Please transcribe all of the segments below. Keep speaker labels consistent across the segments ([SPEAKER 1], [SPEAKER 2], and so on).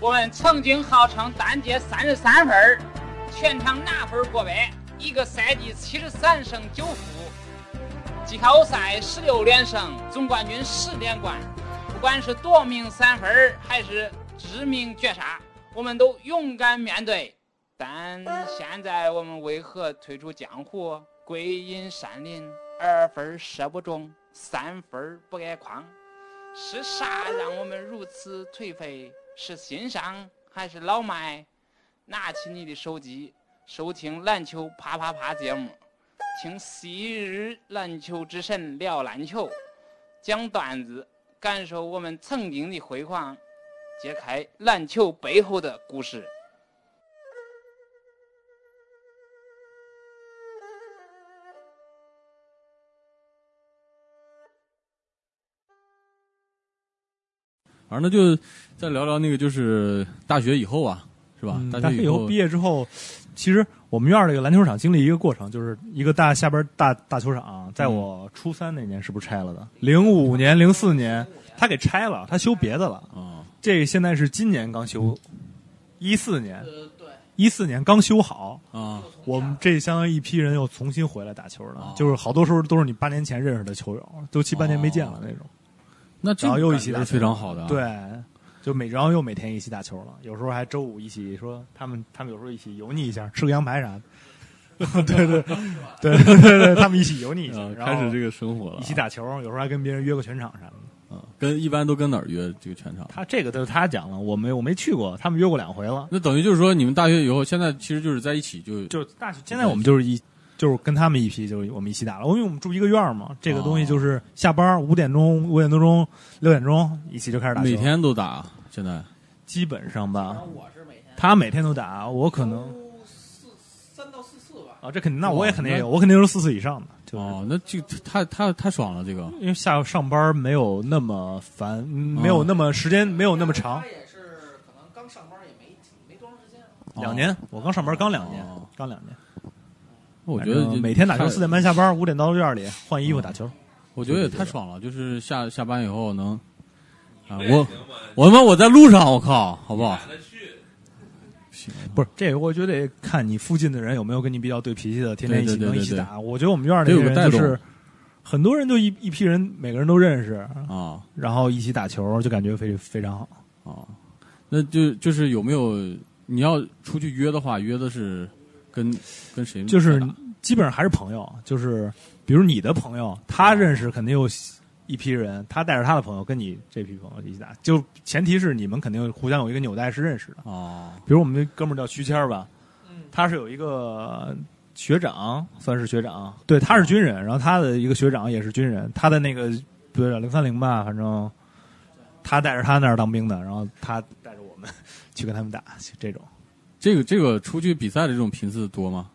[SPEAKER 1] 我们曾经号称单节三十三分儿，全场拿分过百，一个赛季七十三胜九负，季后赛十六连胜，总冠军十连冠。不管是夺命三分儿还是致命绝杀，我们都勇敢面对。但现在我们为何退出江湖，归隐山林？二分射不中，三分不挨框，是啥让我们如此颓废？是心伤还是老迈？拿起你的手机，收听篮球啪啪啪节目，听昔日篮球之神聊篮球，讲段子，感受我们曾经的辉煌，揭开篮球背后的故事。
[SPEAKER 2] 反正就再聊聊那个，就是大学以后啊，是吧？
[SPEAKER 3] 嗯
[SPEAKER 2] 大
[SPEAKER 3] 大
[SPEAKER 2] 学
[SPEAKER 3] 学以后毕业之后，其实我们院儿这个篮球场经历一个过程，就是一个大下边大大球场，在我初三那年是不是拆了的？零五年、零四年他给拆了，他修别的了。
[SPEAKER 2] 啊，
[SPEAKER 3] 这个现在是今年刚修，一四年
[SPEAKER 1] 呃，对，
[SPEAKER 3] 一四年刚修好，
[SPEAKER 2] 啊，
[SPEAKER 3] 我们这相当于一批人又重新回来打球
[SPEAKER 2] 哦
[SPEAKER 3] 了，就是好多时候都是你八年前认识的球友，都七八年没见了那种。
[SPEAKER 2] 那这
[SPEAKER 3] 然后又一起
[SPEAKER 2] 起
[SPEAKER 3] 打
[SPEAKER 2] 是
[SPEAKER 3] 球
[SPEAKER 2] 非常好的，，啊
[SPEAKER 3] 对，就每然后又每天一起打球了，有时候还周五一起说他们他们有时候一起游腻一下，吃个羊排啥的。 对对对对对对，他们一起游腻一下，
[SPEAKER 2] 啊，
[SPEAKER 3] 然后
[SPEAKER 2] 开始这个生活了啊，
[SPEAKER 3] 一起打球，有时候还跟别人约个全场啥的。
[SPEAKER 2] 啊，跟一般都跟哪儿约这个全场？
[SPEAKER 3] 他这个都是他讲了，我没我没去过，他们约过两回了。
[SPEAKER 2] 那等于就是说，你们大学以后，现在其实就是在一起就
[SPEAKER 3] 就大学现在我们就是一就是跟他们一批，就是我们一起打了，因为我们住一个院儿嘛。这个东西就是下班五点钟、五点多钟、六点钟一起就开始打球，
[SPEAKER 2] 每天都打，现在
[SPEAKER 3] 基本上吧。
[SPEAKER 4] 我是每天
[SPEAKER 3] 他每天都打，我可能
[SPEAKER 4] 周四三到四次吧。
[SPEAKER 3] 啊，这肯定，那我也肯定也有，
[SPEAKER 2] 哦
[SPEAKER 3] 我肯定是四次以上的，就是、
[SPEAKER 2] 哦，那这太太太爽了，这个
[SPEAKER 3] 因为下午上班没有那么烦，
[SPEAKER 2] 哦
[SPEAKER 3] 嗯没有那么时间，没有那么长
[SPEAKER 4] 他，也是可能刚上班也没没多长时间了。
[SPEAKER 3] 两年，我刚上班刚两年
[SPEAKER 2] 哦，
[SPEAKER 3] 刚两年，
[SPEAKER 2] 我
[SPEAKER 3] 我
[SPEAKER 2] 觉得哦
[SPEAKER 3] 每天打球
[SPEAKER 2] 太
[SPEAKER 3] 四点，半下班，五点到院里换衣服打球，
[SPEAKER 2] 我觉得也太爽了，就是下下班以后能啊，我我他妈我在路上，我靠，好不好？行，
[SPEAKER 3] 不是这个，我觉得得看你附近的人有没有跟你比较对脾气的，天天一起
[SPEAKER 2] 对对对
[SPEAKER 3] 能一起
[SPEAKER 2] 对对
[SPEAKER 3] 打。我觉得我们院里
[SPEAKER 2] 得有个带
[SPEAKER 3] 人就
[SPEAKER 2] 动
[SPEAKER 3] 是很多人就一一批人，每个人都认识，
[SPEAKER 2] 啊
[SPEAKER 3] 然后一起打球，就感觉非非常好。
[SPEAKER 2] 啊，那就就是有没有你要出去约的话，约的是跟跟谁？
[SPEAKER 3] 嗯就是基本上还是朋友，就是比如你的朋友，他认识肯定有一批人，他带着他的朋友跟你这批朋友一起打，就前提是你们肯定互相有一个纽带是认识的。
[SPEAKER 2] 哦
[SPEAKER 3] 比如我们那哥们儿叫徐谦儿吧，他是有一个学长，算是学长，啊对，他是军人，然后他的一个学长也是军人，他的那个对零三零吧，反正他带着他那儿当兵的，然后他带着我们 去跟他们打，这种
[SPEAKER 2] 这个这个出去比赛的这种频次多吗？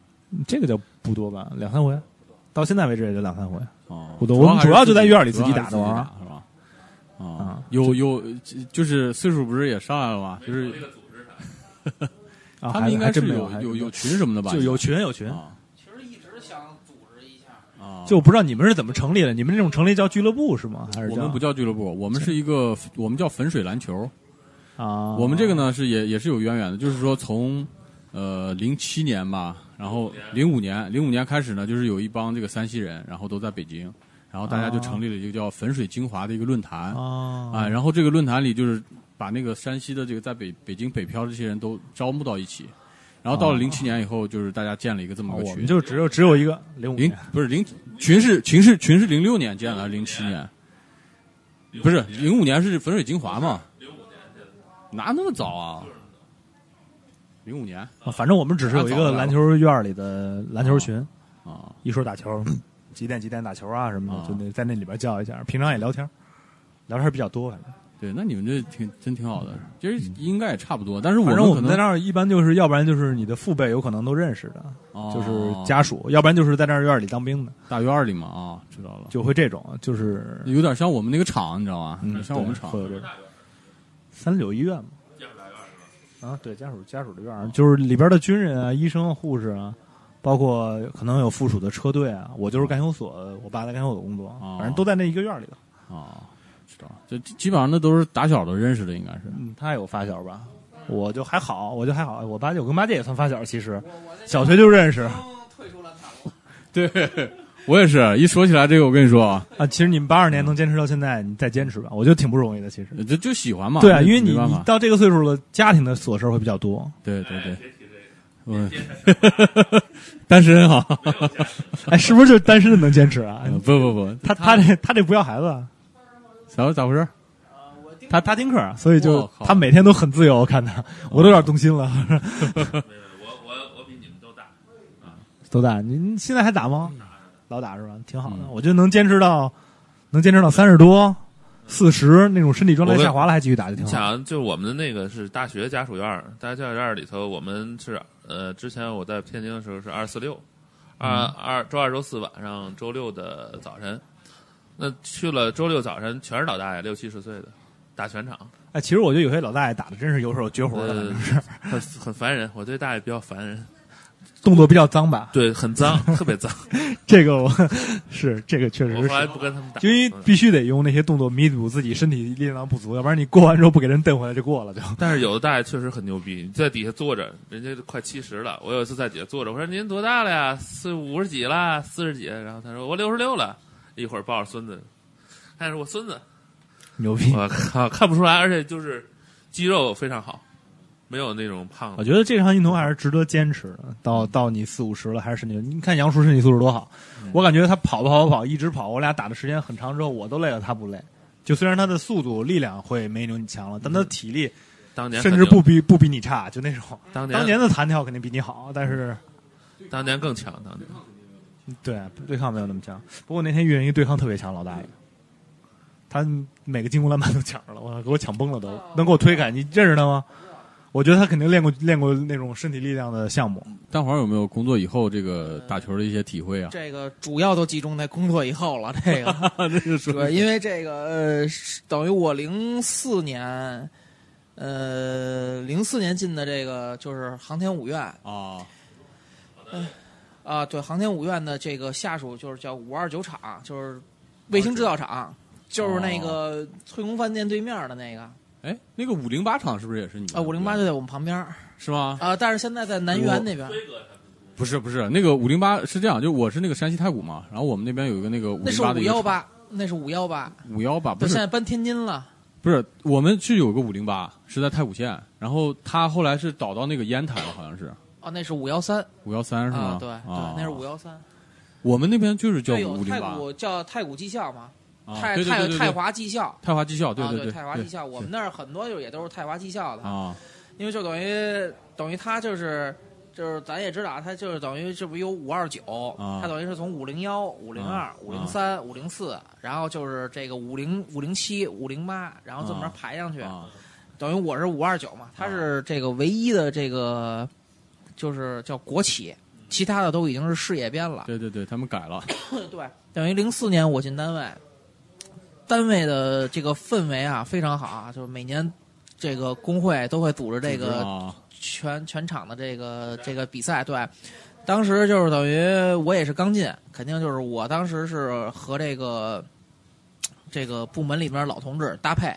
[SPEAKER 3] 这个就不多吧，两三回，到现在为止也就两三回。
[SPEAKER 2] 哦，
[SPEAKER 3] 不多我们主要
[SPEAKER 2] 还是
[SPEAKER 3] 就在院里
[SPEAKER 2] 自
[SPEAKER 3] 自己打着玩
[SPEAKER 2] 己
[SPEAKER 3] 儿
[SPEAKER 2] 打是吧？啊
[SPEAKER 3] 啊，
[SPEAKER 2] 有有，就是岁数不是也上来了吗？就是
[SPEAKER 3] 啊，
[SPEAKER 2] 他
[SPEAKER 3] 还
[SPEAKER 2] 们应该
[SPEAKER 3] 还真
[SPEAKER 2] 是
[SPEAKER 3] 没有还
[SPEAKER 2] 有有群什么的吧？
[SPEAKER 3] 就有群有群，
[SPEAKER 2] 啊
[SPEAKER 4] 其实一直想组织一下，
[SPEAKER 2] 啊，
[SPEAKER 3] 就我不知道你们是怎么成立的，你们这种成立叫俱乐部是吗？还是
[SPEAKER 2] 我们不
[SPEAKER 3] 叫
[SPEAKER 2] 叫俱乐部，我们是一个，我们叫粉水篮球。
[SPEAKER 3] 啊？
[SPEAKER 2] 我们这个呢是也也是有渊源的，就是说从呃零七年吧，然后零五年零五年开始呢，就是有一帮这个山西人，然后都在北京，然后大家就成立了一个叫“粉水精华”的一个论坛
[SPEAKER 3] 啊
[SPEAKER 2] 啊，然后这个论坛里就是把那个山西的这个在北北京北漂这些人都招募到一起，然后到了零七年以后，就是大家建了一个这么个
[SPEAKER 3] 哦啊我
[SPEAKER 2] 群啊
[SPEAKER 3] 们，就只有只有一个零五
[SPEAKER 2] 零
[SPEAKER 3] 年
[SPEAKER 2] 不是零群是群是群是零六年建的，还是零七年？不是零五年是粉水精华嘛？哪那么早啊？零五年
[SPEAKER 3] 啊反正我们只是有一
[SPEAKER 2] 啊早
[SPEAKER 3] 个
[SPEAKER 2] 了
[SPEAKER 3] 篮球院里的篮球群，
[SPEAKER 2] 啊
[SPEAKER 3] 一说打球，几点几点打球啊什么
[SPEAKER 2] 啊
[SPEAKER 3] 的，就那在那里边叫一下，平常也聊天，聊天比较多，反正
[SPEAKER 2] 对，那你们这挺真挺好的，其实应该也差不多，但是
[SPEAKER 3] 反
[SPEAKER 2] 们
[SPEAKER 3] 正我
[SPEAKER 2] 可
[SPEAKER 3] 们在
[SPEAKER 2] 能
[SPEAKER 3] 那儿一般就是，要不然就是你的父辈有可能都认识的，
[SPEAKER 2] 哦
[SPEAKER 3] 就是家属，要不然就是在那儿院里当兵的，
[SPEAKER 2] 大院里嘛啊，知道了，
[SPEAKER 3] 就会这种，就是
[SPEAKER 2] 有点像我们那个厂，你知道吗？
[SPEAKER 3] 嗯，
[SPEAKER 2] 像我们
[SPEAKER 3] 对
[SPEAKER 2] 厂
[SPEAKER 3] 会有这种三六医院嘛，啊，对，家属家属的院儿，就是里边的军人啊、医生、护士啊，包括可能有附属的车队啊。我就是干休所，我爸在干休所工作啊
[SPEAKER 2] 哦，
[SPEAKER 3] 反正都在那一个院儿里头。
[SPEAKER 2] 啊，知道，就基本上那都是打小都认识的，应该是
[SPEAKER 3] 嗯，他有发小吧？我就还好，我就还好。我八戒，我跟八戒也算发小，其实
[SPEAKER 4] 我我那
[SPEAKER 3] 小学就认识
[SPEAKER 4] 刚退出篮坛了，
[SPEAKER 2] 对 我也是一说起来这个，我跟你说啊，
[SPEAKER 3] 啊。其实你们八二年能坚持到现在，你再坚持吧，我觉得挺不容易的。其实，
[SPEAKER 2] 就就喜欢嘛。
[SPEAKER 3] 对啊，因为
[SPEAKER 2] 没
[SPEAKER 3] 你
[SPEAKER 2] 办
[SPEAKER 3] 你
[SPEAKER 2] 法
[SPEAKER 3] 到这个岁数了，家庭的琐事会比较 多。
[SPEAKER 2] 对对
[SPEAKER 5] 哎
[SPEAKER 2] 对，
[SPEAKER 5] 别提这
[SPEAKER 2] 嗯
[SPEAKER 5] 个，，
[SPEAKER 2] 单身好，
[SPEAKER 3] 哎，是不是就单身的能坚持啊？
[SPEAKER 2] 嗯不不不，
[SPEAKER 3] 他他这他这不要孩子啊，
[SPEAKER 2] 咋咋回事？
[SPEAKER 4] 啊，我盯
[SPEAKER 3] 他他丁克啊，所以就
[SPEAKER 2] 我靠
[SPEAKER 3] 他每天都很自由。我看他，我都有点动心了。
[SPEAKER 5] 没有 我我我比你们都大，啊嗯
[SPEAKER 3] 多大？您现在还打吗？老打是吧？挺好的，
[SPEAKER 2] 嗯
[SPEAKER 3] 我觉得能坚持到能坚持到三十多、四十那种身体状态
[SPEAKER 5] 我跟
[SPEAKER 3] 下滑了还继续打就挺
[SPEAKER 5] 你
[SPEAKER 3] 好。
[SPEAKER 5] 想，就是我们的那个是大学家属院儿，大学家属院儿里头，我们是呃，之前我在天津的时候是二四六，二二周二周四晚上，周六的早晨，那去了周六早晨全是老大爷，六七十岁的打全场，
[SPEAKER 3] 哎，其实我觉得有些老大爷打的真是有手绝活的，
[SPEAKER 5] 呃，很很烦人，我对大爷比较烦人，
[SPEAKER 3] 动作比较脏吧？
[SPEAKER 5] 对，很脏， 特别脏，
[SPEAKER 3] 这个我是这个确
[SPEAKER 5] 我
[SPEAKER 3] 实
[SPEAKER 5] 后来
[SPEAKER 3] 是。
[SPEAKER 5] 不跟他们打，嗯
[SPEAKER 3] 因为必须得用那些动作弥补自己身体力量不足，要不然你过完之后不给人蹬回来就过了就。
[SPEAKER 5] 但是有的大爷确实很牛逼，你在底下坐着，人家都快七十了。我有一次在底下坐着，我说您多大了呀？四五十几啦，四十几。然后他说我六十六了。一会儿抱着孙子，看着我孙子，
[SPEAKER 3] 牛逼！
[SPEAKER 5] 我靠，看不出来，而且就是肌肉非常好，没有那种胖
[SPEAKER 3] 我
[SPEAKER 5] 的。
[SPEAKER 3] 觉得这项运动还是值得坚持的。到
[SPEAKER 5] 嗯
[SPEAKER 3] 到你四五十了，还是身体，你看杨叔身体素质多好，我感觉他跑跑跑跑，一直跑，我俩打的时间很长之后，我都累了，他不累。就虽然他的速度、力量会没有你强了，但他的体力
[SPEAKER 5] 当嗯年
[SPEAKER 3] 甚
[SPEAKER 5] 很
[SPEAKER 3] 至
[SPEAKER 5] 牛
[SPEAKER 3] 不比不比你差，就那种。
[SPEAKER 5] 当年
[SPEAKER 3] 当年的弹跳肯定比你好，但是
[SPEAKER 5] 当年更强，当年嗯
[SPEAKER 3] 对对抗没有那么强。不过那天遇人一对抗特别强，老
[SPEAKER 5] 嗯
[SPEAKER 3] 大爷，他每个进攻篮板都抢着了，我操，给我抢崩了都，能给我推开。你认识他吗？我觉得他肯定练过练过那种身体力量的项目。
[SPEAKER 2] 蛋黄有没有工作以后这个打球的一些体会 啊？
[SPEAKER 4] 这个主要都集中在工作以后了。这个
[SPEAKER 2] 这是
[SPEAKER 4] 主要因为这个呃，是等于我零四年，呃，零四年进的这个就是航天五院
[SPEAKER 2] 啊，
[SPEAKER 4] 啊，对，航天五院的这个下属就是叫五二九厂，就是卫星制造厂，就是那个
[SPEAKER 2] 哦
[SPEAKER 4] 翠宫饭店对面的那个
[SPEAKER 2] 哎，那个五零八厂是不是也是你们
[SPEAKER 4] 啊，五零八就在我们旁边儿
[SPEAKER 2] 是吗？
[SPEAKER 4] 啊，但是现在在南园那边，
[SPEAKER 2] 不是不是，那个五零八是这样，就我是那个山西太谷嘛，然后我们那边有一个那个五
[SPEAKER 4] 那
[SPEAKER 2] 零
[SPEAKER 4] 是
[SPEAKER 2] 八的
[SPEAKER 4] 五
[SPEAKER 2] 一
[SPEAKER 4] 幺
[SPEAKER 2] 个厂
[SPEAKER 4] 八，那是五幺八，
[SPEAKER 2] 五幺八，不
[SPEAKER 4] 对，
[SPEAKER 2] 是
[SPEAKER 4] 现在搬天津了。
[SPEAKER 2] 不是，我们是有个五零八是在太谷县，然后他后来是倒到那个烟台了，好像是
[SPEAKER 4] 哦，那是五幺三
[SPEAKER 2] 五幺三是吗？
[SPEAKER 4] 对对，
[SPEAKER 2] 啊
[SPEAKER 4] 那是五。幺三。
[SPEAKER 2] 我们那边就是叫
[SPEAKER 4] 对，有
[SPEAKER 2] 五零
[SPEAKER 4] 太
[SPEAKER 2] 八，
[SPEAKER 4] 谷叫太谷技校嘛，
[SPEAKER 2] 啊
[SPEAKER 4] 太
[SPEAKER 2] 对对
[SPEAKER 4] 太
[SPEAKER 2] 对对
[SPEAKER 4] 太
[SPEAKER 2] 对
[SPEAKER 4] 华技校
[SPEAKER 2] 太华技校，对
[SPEAKER 4] 啊，
[SPEAKER 2] 对，
[SPEAKER 4] 太华技校，我们那儿很多就也都是太华技校的，
[SPEAKER 2] 啊，
[SPEAKER 4] 因为就等于等于他就是。就是咱也知道，啊他就是等于这不有五二九，
[SPEAKER 2] 啊
[SPEAKER 4] 他等于是从五零幺、五零二
[SPEAKER 2] 啊、
[SPEAKER 4] 五零三、五零四，然后就是这个五零五零七、五零八，然后这么着
[SPEAKER 2] 啊
[SPEAKER 4] 排上去，
[SPEAKER 2] 啊
[SPEAKER 4] 等于我是五二九嘛，他是这个唯一的这个就是叫国企，其他的都已经是事业编了。
[SPEAKER 2] 对对对，他们改了，
[SPEAKER 4] 对，等于零四年我进单位，单位的这个氛围啊非常好啊，就是每年这个工会都会组织这个
[SPEAKER 2] 啊
[SPEAKER 4] 全全场的这个这个比赛。对，当时就是等于我也是刚进，肯定就是我当时是和这个这个部门里面老同志搭配，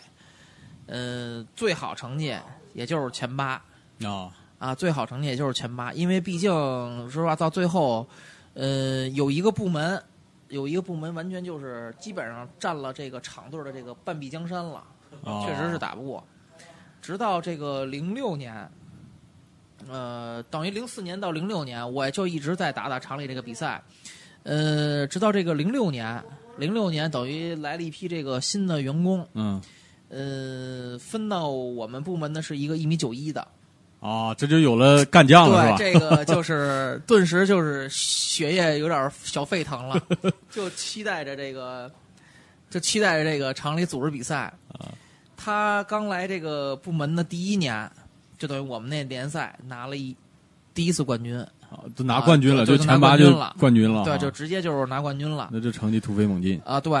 [SPEAKER 4] 呃，最好成绩也就是前八，
[SPEAKER 2] 啊，
[SPEAKER 4] 啊，最好成绩也就是前八，因为毕竟说实话，到最后，呃，有一个部门，有一个部门完全就是基本上占了这个场队的这个半壁江山了，
[SPEAKER 2] 啊
[SPEAKER 4] 确实是打不过。直到这个零六年，呃，等于零四年到零六年，我就一直在打打厂里这个比赛，呃，直到这个零六年，零六年等于来了一批这个新的员工，
[SPEAKER 2] 嗯
[SPEAKER 4] 呃，分到我们部门的是一个一米九一的。
[SPEAKER 2] 啊，这就有了干将了是吧？
[SPEAKER 4] 对，这个就是顿时就是血液有点小沸腾 了，就期待着这个，就期待着这个厂里组织比赛。
[SPEAKER 2] 啊
[SPEAKER 4] 他刚来这个部门的第一年，就等于我们那联赛拿了一第一次冠军，
[SPEAKER 2] 啊都拿冠军了，
[SPEAKER 4] 啊就就
[SPEAKER 2] 前八
[SPEAKER 4] 拿冠军
[SPEAKER 2] 就
[SPEAKER 4] 了
[SPEAKER 2] 冠军了，
[SPEAKER 4] 对，
[SPEAKER 2] 啊
[SPEAKER 4] 就直接就是拿冠军了
[SPEAKER 2] 那这成绩突飞猛进
[SPEAKER 4] 啊，对。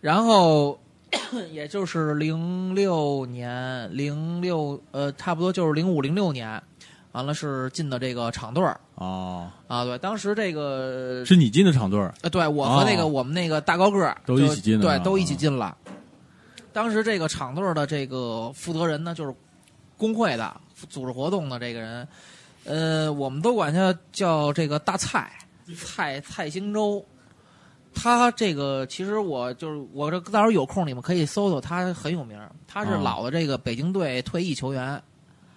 [SPEAKER 4] 然后 也就是零六年、零六呃，差不多就是零五零六年，完了是进的这个厂队儿
[SPEAKER 2] 啊！
[SPEAKER 4] 啊，对，当时这个
[SPEAKER 2] 是你进的场队儿
[SPEAKER 4] 呃，对我和那个、
[SPEAKER 2] 哦
[SPEAKER 4] 我们那个大高个儿
[SPEAKER 2] 都
[SPEAKER 4] 就
[SPEAKER 2] 一起进的是啊
[SPEAKER 4] 对，
[SPEAKER 2] 吧
[SPEAKER 4] 都一起进了。当时这个厂队儿的这个负责人呢，就是工会的组织活动的这个人，呃，我们都管他叫这个大蔡蔡蔡兴洲。他这个其实我就是我这到时候有空你们可以搜搜，他很有名儿。他是
[SPEAKER 2] 哦
[SPEAKER 4] 老的这个北京队退役球员，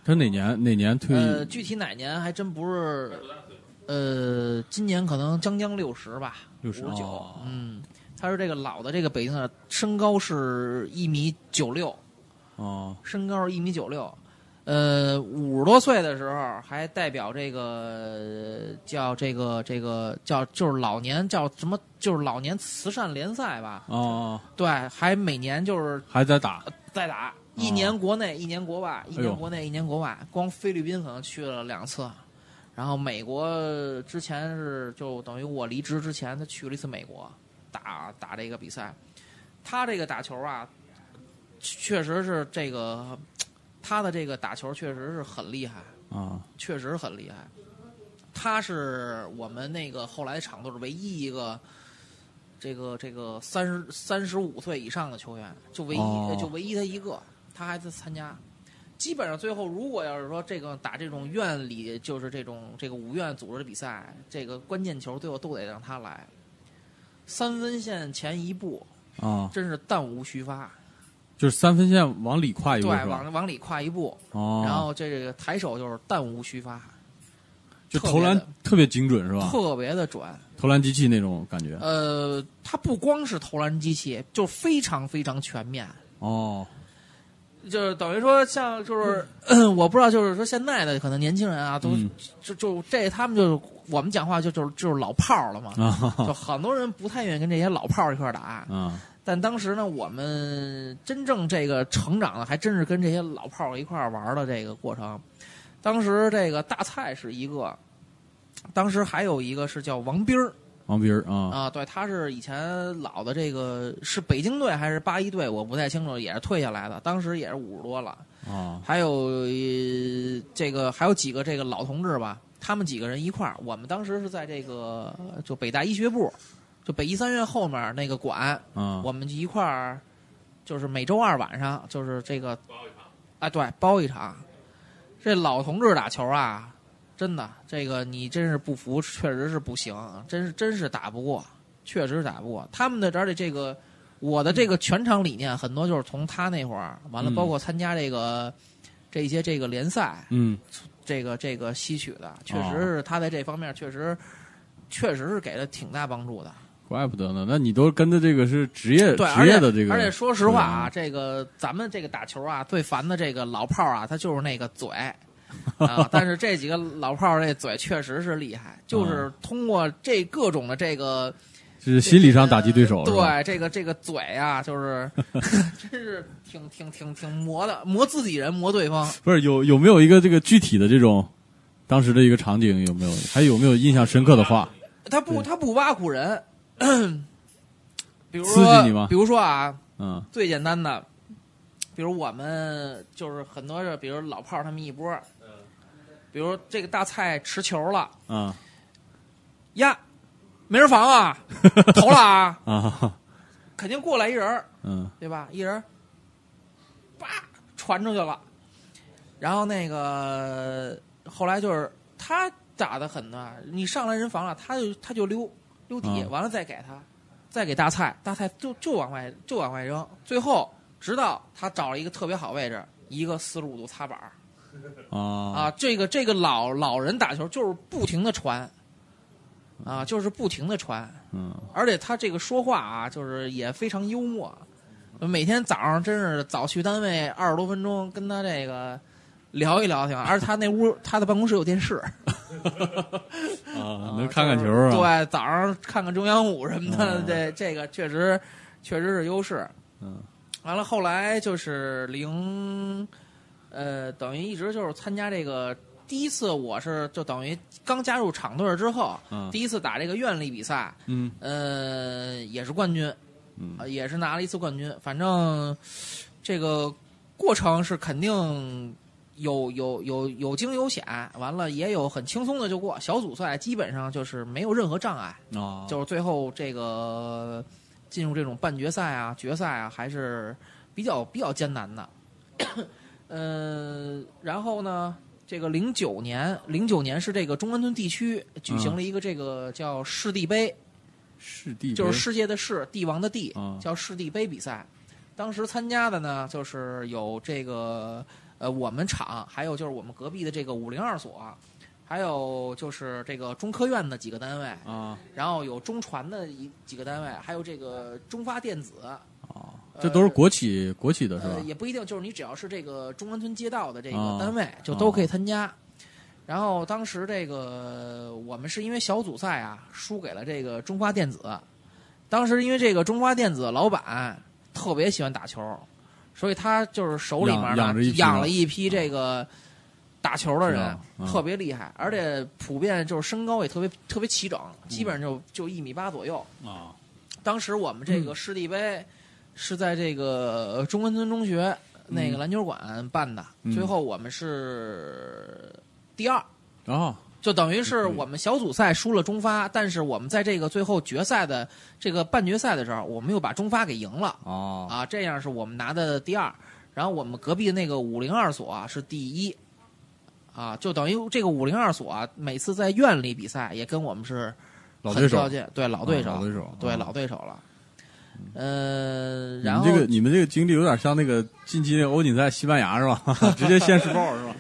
[SPEAKER 2] 他哪年哪年退
[SPEAKER 4] 呃，
[SPEAKER 2] 役？
[SPEAKER 4] 具体哪年还真不是，呃，今年可能将将六十吧，
[SPEAKER 2] 六十
[SPEAKER 4] 五十九
[SPEAKER 2] 哦，
[SPEAKER 4] 嗯，他是这个老的这个北京的，身高是一米九六，
[SPEAKER 2] 哦，
[SPEAKER 4] 身高是一米九六，呃，五十多岁的时候还代表这个呃叫这个这个叫就是老年叫什么就是老年慈善联赛吧，
[SPEAKER 2] 哦哦，
[SPEAKER 4] 对，还每年就是
[SPEAKER 2] 还在打，
[SPEAKER 4] 再打，一年国内，一年国外，一
[SPEAKER 2] 哦哎呦
[SPEAKER 4] 年国内，一年国外。光菲律宾可能去了两次，然后美国之前是就等于我离职之前，他去了一次美国打打这个比赛。他这个打球啊，确实是这个他的这个打球确实是很厉害，
[SPEAKER 2] 啊
[SPEAKER 4] 确实很厉害。他是我们那个后来场队唯一一个，这个这个三十三十五岁以上的球员，就唯一、
[SPEAKER 2] 哦
[SPEAKER 4] 就唯一他一个，他还在参加。基本上最后，如果要是说这个打这种院里，就是这种这个五院组织的比赛，这个关键球最后都得让他来。三分线前一步，
[SPEAKER 2] 啊，
[SPEAKER 4] 真是弹无虚发，
[SPEAKER 2] 就是三分线往里跨一
[SPEAKER 4] 对，
[SPEAKER 2] 哎步是吧？
[SPEAKER 4] 往往里跨一步，
[SPEAKER 2] 哦，
[SPEAKER 4] 然后这个抬手就是弹无虚发，
[SPEAKER 2] 就投篮
[SPEAKER 4] 特别
[SPEAKER 2] 特别精准是吧？
[SPEAKER 4] 特别的准。
[SPEAKER 2] 投篮机器那种感觉。
[SPEAKER 4] 呃，它不光是投篮机器，就非常非常全面，
[SPEAKER 2] 哦，
[SPEAKER 4] 就是等于说像就是、嗯我不知道，就是说现在的可能年轻人啊，都、
[SPEAKER 2] 嗯
[SPEAKER 4] 就就这他们就是我们讲话就就是就是老炮儿了嘛。
[SPEAKER 2] 啊 哈
[SPEAKER 4] 就
[SPEAKER 2] 哈
[SPEAKER 4] 很多人不太愿意跟这些老炮儿一块儿打，
[SPEAKER 2] 啊
[SPEAKER 4] 但当时呢，我们真正这个成长的还真是跟这些老炮儿一块儿玩儿的这个过程。当时这个大蔡是一个，当时还有一个是叫王斌儿，
[SPEAKER 2] 王斌儿啊
[SPEAKER 4] 啊，对，他是以前老的这个是北京队还是八一队，我不太清楚，也是退下来的，当时也是五十多了。
[SPEAKER 2] 啊
[SPEAKER 4] 还有、呃这个还有几个这个老同志吧，他们几个人一块儿，我们当时是在这个就北大医学部，就北医三院后面那个馆，
[SPEAKER 2] 啊！
[SPEAKER 4] 我们就一块儿，就是每周二晚上，就是这个啊，对，包一场。这老同志打球啊，真的，这个你真是不服，确实是不行，真是真是打不过，确实是打不过。他们的而且这个我的这个全场理念很多就是从他那会儿完了，
[SPEAKER 2] 嗯
[SPEAKER 4] 包括参加这个这些这个联赛，
[SPEAKER 2] 嗯
[SPEAKER 4] 这个这个吸取的，确实是他在这方面确实确实是给了挺大帮助的。
[SPEAKER 2] 怪不得呢。那你都跟着这个是职业
[SPEAKER 4] 对，
[SPEAKER 2] 呃职业的这个，
[SPEAKER 4] 而且。而且说实话啊，这个咱们这个打球啊，最烦的这个老炮儿啊，他就是那个 嘴。啊！但是这几个老炮儿这嘴确实是厉害，就是通过这各种的这个
[SPEAKER 2] 是啊 心理上打击对手，是吧
[SPEAKER 4] 对这个这个嘴啊，就是 真是挺挺挺挺磨的，磨自己人，磨对方。
[SPEAKER 2] 不是有有没有一个这个具体的这种当时的一个场景有没有？还有没有印象深刻的话？
[SPEAKER 4] 他不他不挖苦人， 比如
[SPEAKER 2] 刺激
[SPEAKER 4] 说
[SPEAKER 2] 你吗
[SPEAKER 4] 比如说啊，
[SPEAKER 2] 嗯
[SPEAKER 4] 最简单的，比如我们就是很多是，比如老炮儿他们一波，比如这个大菜持球了
[SPEAKER 2] 啊
[SPEAKER 4] 呀，没人防啊，投了啊，
[SPEAKER 2] 啊
[SPEAKER 4] 肯定过来一人儿，
[SPEAKER 2] 嗯
[SPEAKER 4] 对吧？一人儿，叭传出去了，然后那个后来就是他打的狠呐，你上来人防了，啊他就他就溜溜底，
[SPEAKER 2] 嗯
[SPEAKER 4] 完了再给他，再给大菜，大菜就就往外就往外扔，最后直到他找了一个特别好位置，一个四十五度擦板儿
[SPEAKER 2] 啊
[SPEAKER 4] 啊，这个这个老老人打球就是不停的传，啊，就是不停的传，
[SPEAKER 2] 嗯
[SPEAKER 4] 而且他这个说话啊，就是也非常幽默。每天早上真是早去单位二十多分钟，跟他这个聊一聊挺好。而且他那屋他的办公室有电视，
[SPEAKER 2] 啊，
[SPEAKER 4] 啊
[SPEAKER 2] 能看看球
[SPEAKER 4] 就是
[SPEAKER 2] 啊？
[SPEAKER 4] 对，早上看看中央五什么的，
[SPEAKER 2] 嗯
[SPEAKER 4] 这这个确实确实是优势。
[SPEAKER 2] 嗯，
[SPEAKER 4] 完了后来就是零，呃，等于一直就是参加这个。第一次我是就等于刚加入厂队之后，
[SPEAKER 2] 嗯
[SPEAKER 4] 第一次打这个院里比赛，
[SPEAKER 2] 嗯
[SPEAKER 4] 呃，也是冠军，
[SPEAKER 2] 嗯
[SPEAKER 4] 呃也是拿了一次冠军。反正这个过程是肯定有有有有惊有险，完了也有很轻松的就过。小组赛基本上就是没有任何障碍，
[SPEAKER 2] 啊，
[SPEAKER 4] 就是最后这个进入这种半决赛啊、决赛啊，还是比较比较艰难的。呃，然后呢，这个零九年，零九年是这个中关村地区举行了一个这个叫世帝杯，
[SPEAKER 2] 是地
[SPEAKER 4] 就是
[SPEAKER 2] 是
[SPEAKER 4] 世界的世，帝王的帝，
[SPEAKER 2] 啊
[SPEAKER 4] 叫世帝杯比赛。当时参加的呢，就是有这个呃我们厂，还有就是我们隔壁的这个五零二所，还有就是这个中科院的几个单位，
[SPEAKER 2] 啊
[SPEAKER 4] 然后有中传的一几个单位，还有这个中发电子，
[SPEAKER 2] 啊，
[SPEAKER 4] 呃
[SPEAKER 2] 这都是国企国企的是
[SPEAKER 4] 呃，
[SPEAKER 2] 吧？
[SPEAKER 4] 也不一定，就是你只要是这个中关村街道的这
[SPEAKER 2] 啊
[SPEAKER 4] 个单位，就都可以参加。然后当时这个我们是因为小组赛啊，输给了这个中华电子。当时因为这个中华电子老板特别喜欢打球，所以他就是手里面
[SPEAKER 2] 养养
[SPEAKER 4] 呢
[SPEAKER 2] 着一批
[SPEAKER 4] 养了一批这个打球的人，
[SPEAKER 2] 知道啊
[SPEAKER 4] 特别厉害，而且普遍就是身高也特别特别齐整，基本上就就一米八左右。
[SPEAKER 2] 啊，
[SPEAKER 4] 当时我们这
[SPEAKER 2] 嗯
[SPEAKER 4] 个师弟杯是在这个呃中关村中学那个篮球馆办的，
[SPEAKER 2] 嗯
[SPEAKER 4] 最后我们是第二，
[SPEAKER 2] 然后
[SPEAKER 4] 就等于
[SPEAKER 2] 嗯
[SPEAKER 4] 是我们小组赛输了中发，但是我们在这个最后决赛的这个半决赛的时候，我们又把中发给赢了
[SPEAKER 2] 啊
[SPEAKER 4] 啊，这样是我们拿的第二，然后我们隔壁那个五零二所啊是第一。啊，就等于这个五零二所啊，每次在院里比赛也跟我们是
[SPEAKER 2] 老
[SPEAKER 4] 很
[SPEAKER 2] 对手
[SPEAKER 4] 较，劲，对老对手，
[SPEAKER 2] 啊老对手，
[SPEAKER 4] 对，
[SPEAKER 2] 啊嗯
[SPEAKER 4] 老对手了。呃，
[SPEAKER 2] 你
[SPEAKER 4] 然
[SPEAKER 2] 们
[SPEAKER 4] 后
[SPEAKER 2] 这个你们这个经历有点像那个近期那个欧锦赛西班牙是 吧？直接现世报是吧？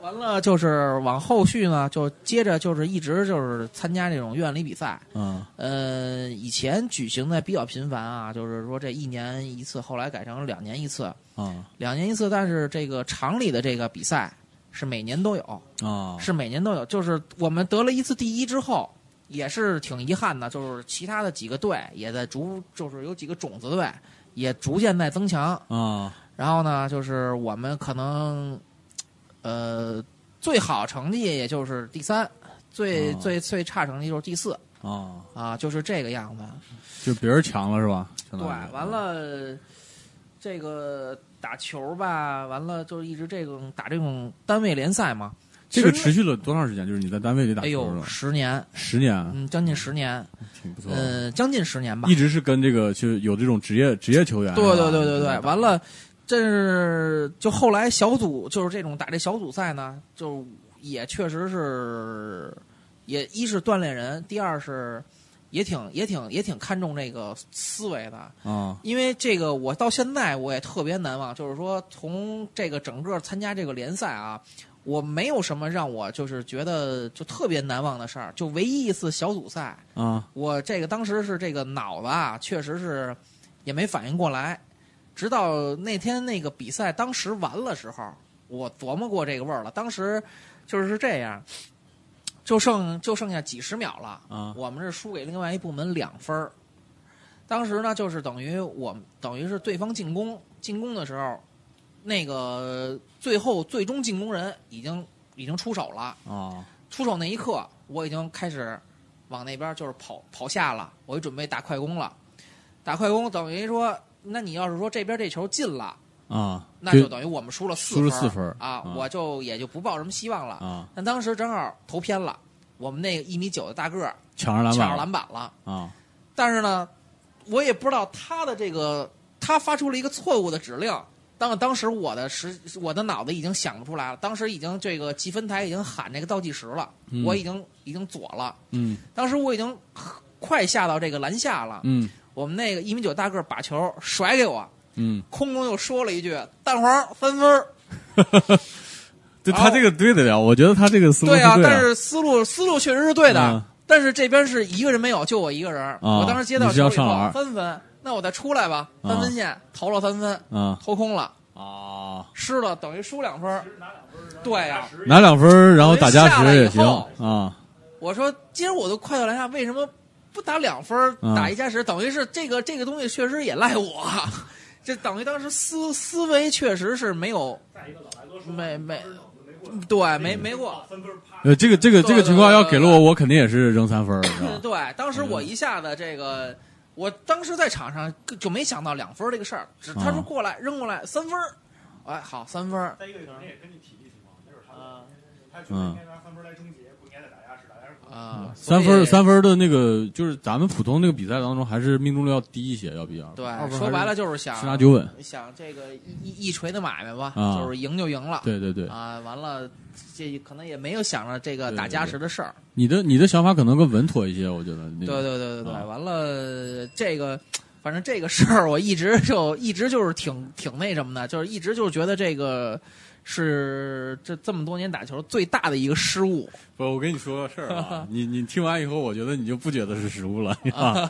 [SPEAKER 4] 完了就是往后续呢，就接着就是一直就是参加这种院里比赛。
[SPEAKER 2] 嗯
[SPEAKER 4] 呃，以前举行的比较频繁啊，就是说这一年一次，后来改成两年一次，
[SPEAKER 2] 啊
[SPEAKER 4] 两年一次。但是这个厂里的这个比赛是每年都有，
[SPEAKER 2] 啊
[SPEAKER 4] 是每年都有。就是我们得了一次第一之后，也是挺遗憾的，就是其他的几个队也在逐，就是有几个种子队也逐渐在增强。
[SPEAKER 2] 啊
[SPEAKER 4] 然后呢，就是我们可能，呃，最好成绩也就是第三，最、
[SPEAKER 2] 哦
[SPEAKER 4] 最最差成绩就是第四
[SPEAKER 2] 啊，
[SPEAKER 4] 啊，就是这个样子。
[SPEAKER 2] 就别人强了是吧？相
[SPEAKER 4] 对，
[SPEAKER 2] 当于
[SPEAKER 4] 完了，这个打球吧，完了就一直这种打这种单位联赛嘛。
[SPEAKER 2] 这个
[SPEAKER 4] 其实
[SPEAKER 2] 持续了多长时间？就是你在单位里打
[SPEAKER 4] 哎
[SPEAKER 2] 球是
[SPEAKER 4] 呦，
[SPEAKER 2] 吧？
[SPEAKER 4] 十年，
[SPEAKER 2] 十年，
[SPEAKER 4] 嗯，将近十年，
[SPEAKER 2] 挺不错的。
[SPEAKER 4] 嗯，将近十年吧
[SPEAKER 2] 一。直是跟这个就是有这种职业职业球员，
[SPEAKER 4] 对
[SPEAKER 2] 是吧
[SPEAKER 4] 对对对对，完，了，这是就后来小组就是这种打这小组赛呢，就也确实是，也一是锻炼人，第二是也挺也挺也挺看重这个思维的，
[SPEAKER 2] 啊
[SPEAKER 4] 因为这个我到现在我也特别难忘，就是说从这个整个参加这个联赛啊。我没有什么让我就是觉得就特别难忘的事儿，就唯一一次小组赛，
[SPEAKER 2] 啊
[SPEAKER 4] 我这个当时是这个脑子啊，确实是也没反应过来，直到那天那个比赛当时完了时候，我琢磨过这个味儿了。当时就是这样，就剩就剩下几十秒了，
[SPEAKER 2] 啊
[SPEAKER 4] 我们是输给另外一部门两分儿。当时呢，就是等于我们等于是对方进攻进攻的时候，那个最后最终进攻人已经已经出手了。
[SPEAKER 2] 啊
[SPEAKER 4] 出手那一刻，我已经开始往那边就是跑跑下了，我就准备打快攻了。打快攻等于说，那你要是说这边这球进了，
[SPEAKER 2] 啊，
[SPEAKER 4] 那就等于我们输了四
[SPEAKER 2] 输
[SPEAKER 4] 分
[SPEAKER 2] 了
[SPEAKER 4] 儿，
[SPEAKER 2] 四分儿
[SPEAKER 4] 啊
[SPEAKER 2] 啊，
[SPEAKER 4] 我就也就不抱什么希望了。
[SPEAKER 2] 啊
[SPEAKER 4] 但当时正好投偏了，我们那个一米九的大个儿
[SPEAKER 2] 抢上篮
[SPEAKER 4] 抢
[SPEAKER 2] 板了
[SPEAKER 4] 着篮板了。
[SPEAKER 2] 啊
[SPEAKER 4] 但是呢，我也不知道他的这个，他发出了一个错误的指令。当当时我的时，我的脑子已经想不出来了。当时已经这个积分台已经喊这个倒计时了，
[SPEAKER 2] 嗯
[SPEAKER 4] 我已经已经左了。
[SPEAKER 2] 嗯
[SPEAKER 4] 当时我已经呵快下到这个篮下了。
[SPEAKER 2] 嗯
[SPEAKER 4] 我们那个一米九大个儿把球甩给我，
[SPEAKER 2] 嗯，
[SPEAKER 4] 空中又说了一句“蛋黄三分儿
[SPEAKER 2] 对他这个对得了，我觉得他这个”。思路
[SPEAKER 4] 对啊，
[SPEAKER 2] 对的
[SPEAKER 4] 但是思路思路确实是对的，
[SPEAKER 2] 嗯啊
[SPEAKER 4] 但是这边是一个人没有，就我一个人。我当时接到
[SPEAKER 2] 你是要
[SPEAKER 4] 球以
[SPEAKER 2] 上篮
[SPEAKER 4] 后三分，那我再出来吧，三分线、投了三分，
[SPEAKER 2] 啊
[SPEAKER 4] 投空了，
[SPEAKER 2] 啊，
[SPEAKER 4] 失了等于输两分儿。对啊呀、
[SPEAKER 2] 拿两分儿然后打加
[SPEAKER 4] 下
[SPEAKER 2] 时
[SPEAKER 4] 来以
[SPEAKER 2] 也行
[SPEAKER 4] 后
[SPEAKER 2] 啊
[SPEAKER 4] 我说今儿我都快到篮下，为什么不打两分儿
[SPEAKER 2] 嗯
[SPEAKER 4] 打一加时？等于是这个这个东西确实也赖我，这等于当时思思维确实是没有，没没，对，没没过。
[SPEAKER 2] 呃，这个这个
[SPEAKER 4] 对
[SPEAKER 2] 这个情况
[SPEAKER 4] 对
[SPEAKER 2] 要
[SPEAKER 4] 对
[SPEAKER 2] 给了我，我肯定也是扔三分儿，你知道吧
[SPEAKER 4] 对，当时
[SPEAKER 2] 嗯
[SPEAKER 4] 我一下子这个，我当时在场上就没想到两分儿这个事儿，只他说
[SPEAKER 2] 嗯
[SPEAKER 4] 过来扔过来三分儿，哎，好三分儿，
[SPEAKER 3] 再一个，可能也根据体力情况，就是他
[SPEAKER 2] 嗯
[SPEAKER 3] 拿三分来终结，不应该再打压时，打压
[SPEAKER 4] 啊，所
[SPEAKER 2] 三
[SPEAKER 4] 以
[SPEAKER 2] 分三分的那个，就是咱们普通那个比赛当中，还是命中率要低一些，要比二
[SPEAKER 4] 对啊
[SPEAKER 2] 二，分
[SPEAKER 4] 说白
[SPEAKER 2] 还
[SPEAKER 4] 了
[SPEAKER 2] 是
[SPEAKER 4] 就是想
[SPEAKER 2] 十拿九稳。
[SPEAKER 4] 想这个一一一锤的买卖吧，
[SPEAKER 2] 啊
[SPEAKER 4] 就是赢就赢了。
[SPEAKER 2] 对对对，
[SPEAKER 4] 啊，完了，这可能也没有想着这个
[SPEAKER 2] 对
[SPEAKER 4] 打
[SPEAKER 2] 对
[SPEAKER 4] 加
[SPEAKER 2] 对
[SPEAKER 4] 时的事儿。
[SPEAKER 2] 你的你的想法可能更稳妥一些，我觉得。那
[SPEAKER 4] 对
[SPEAKER 2] 个
[SPEAKER 4] 对对对对，
[SPEAKER 2] 啊
[SPEAKER 4] 完了这个，反正这个事儿我一直就一直就是挺挺那什么的，就是一直就是觉得这个是这这么多年打球最大的一个失误。
[SPEAKER 2] 不，我跟你说个事儿 啊，你你听完以后，我觉得你就不觉得是失误了，啊、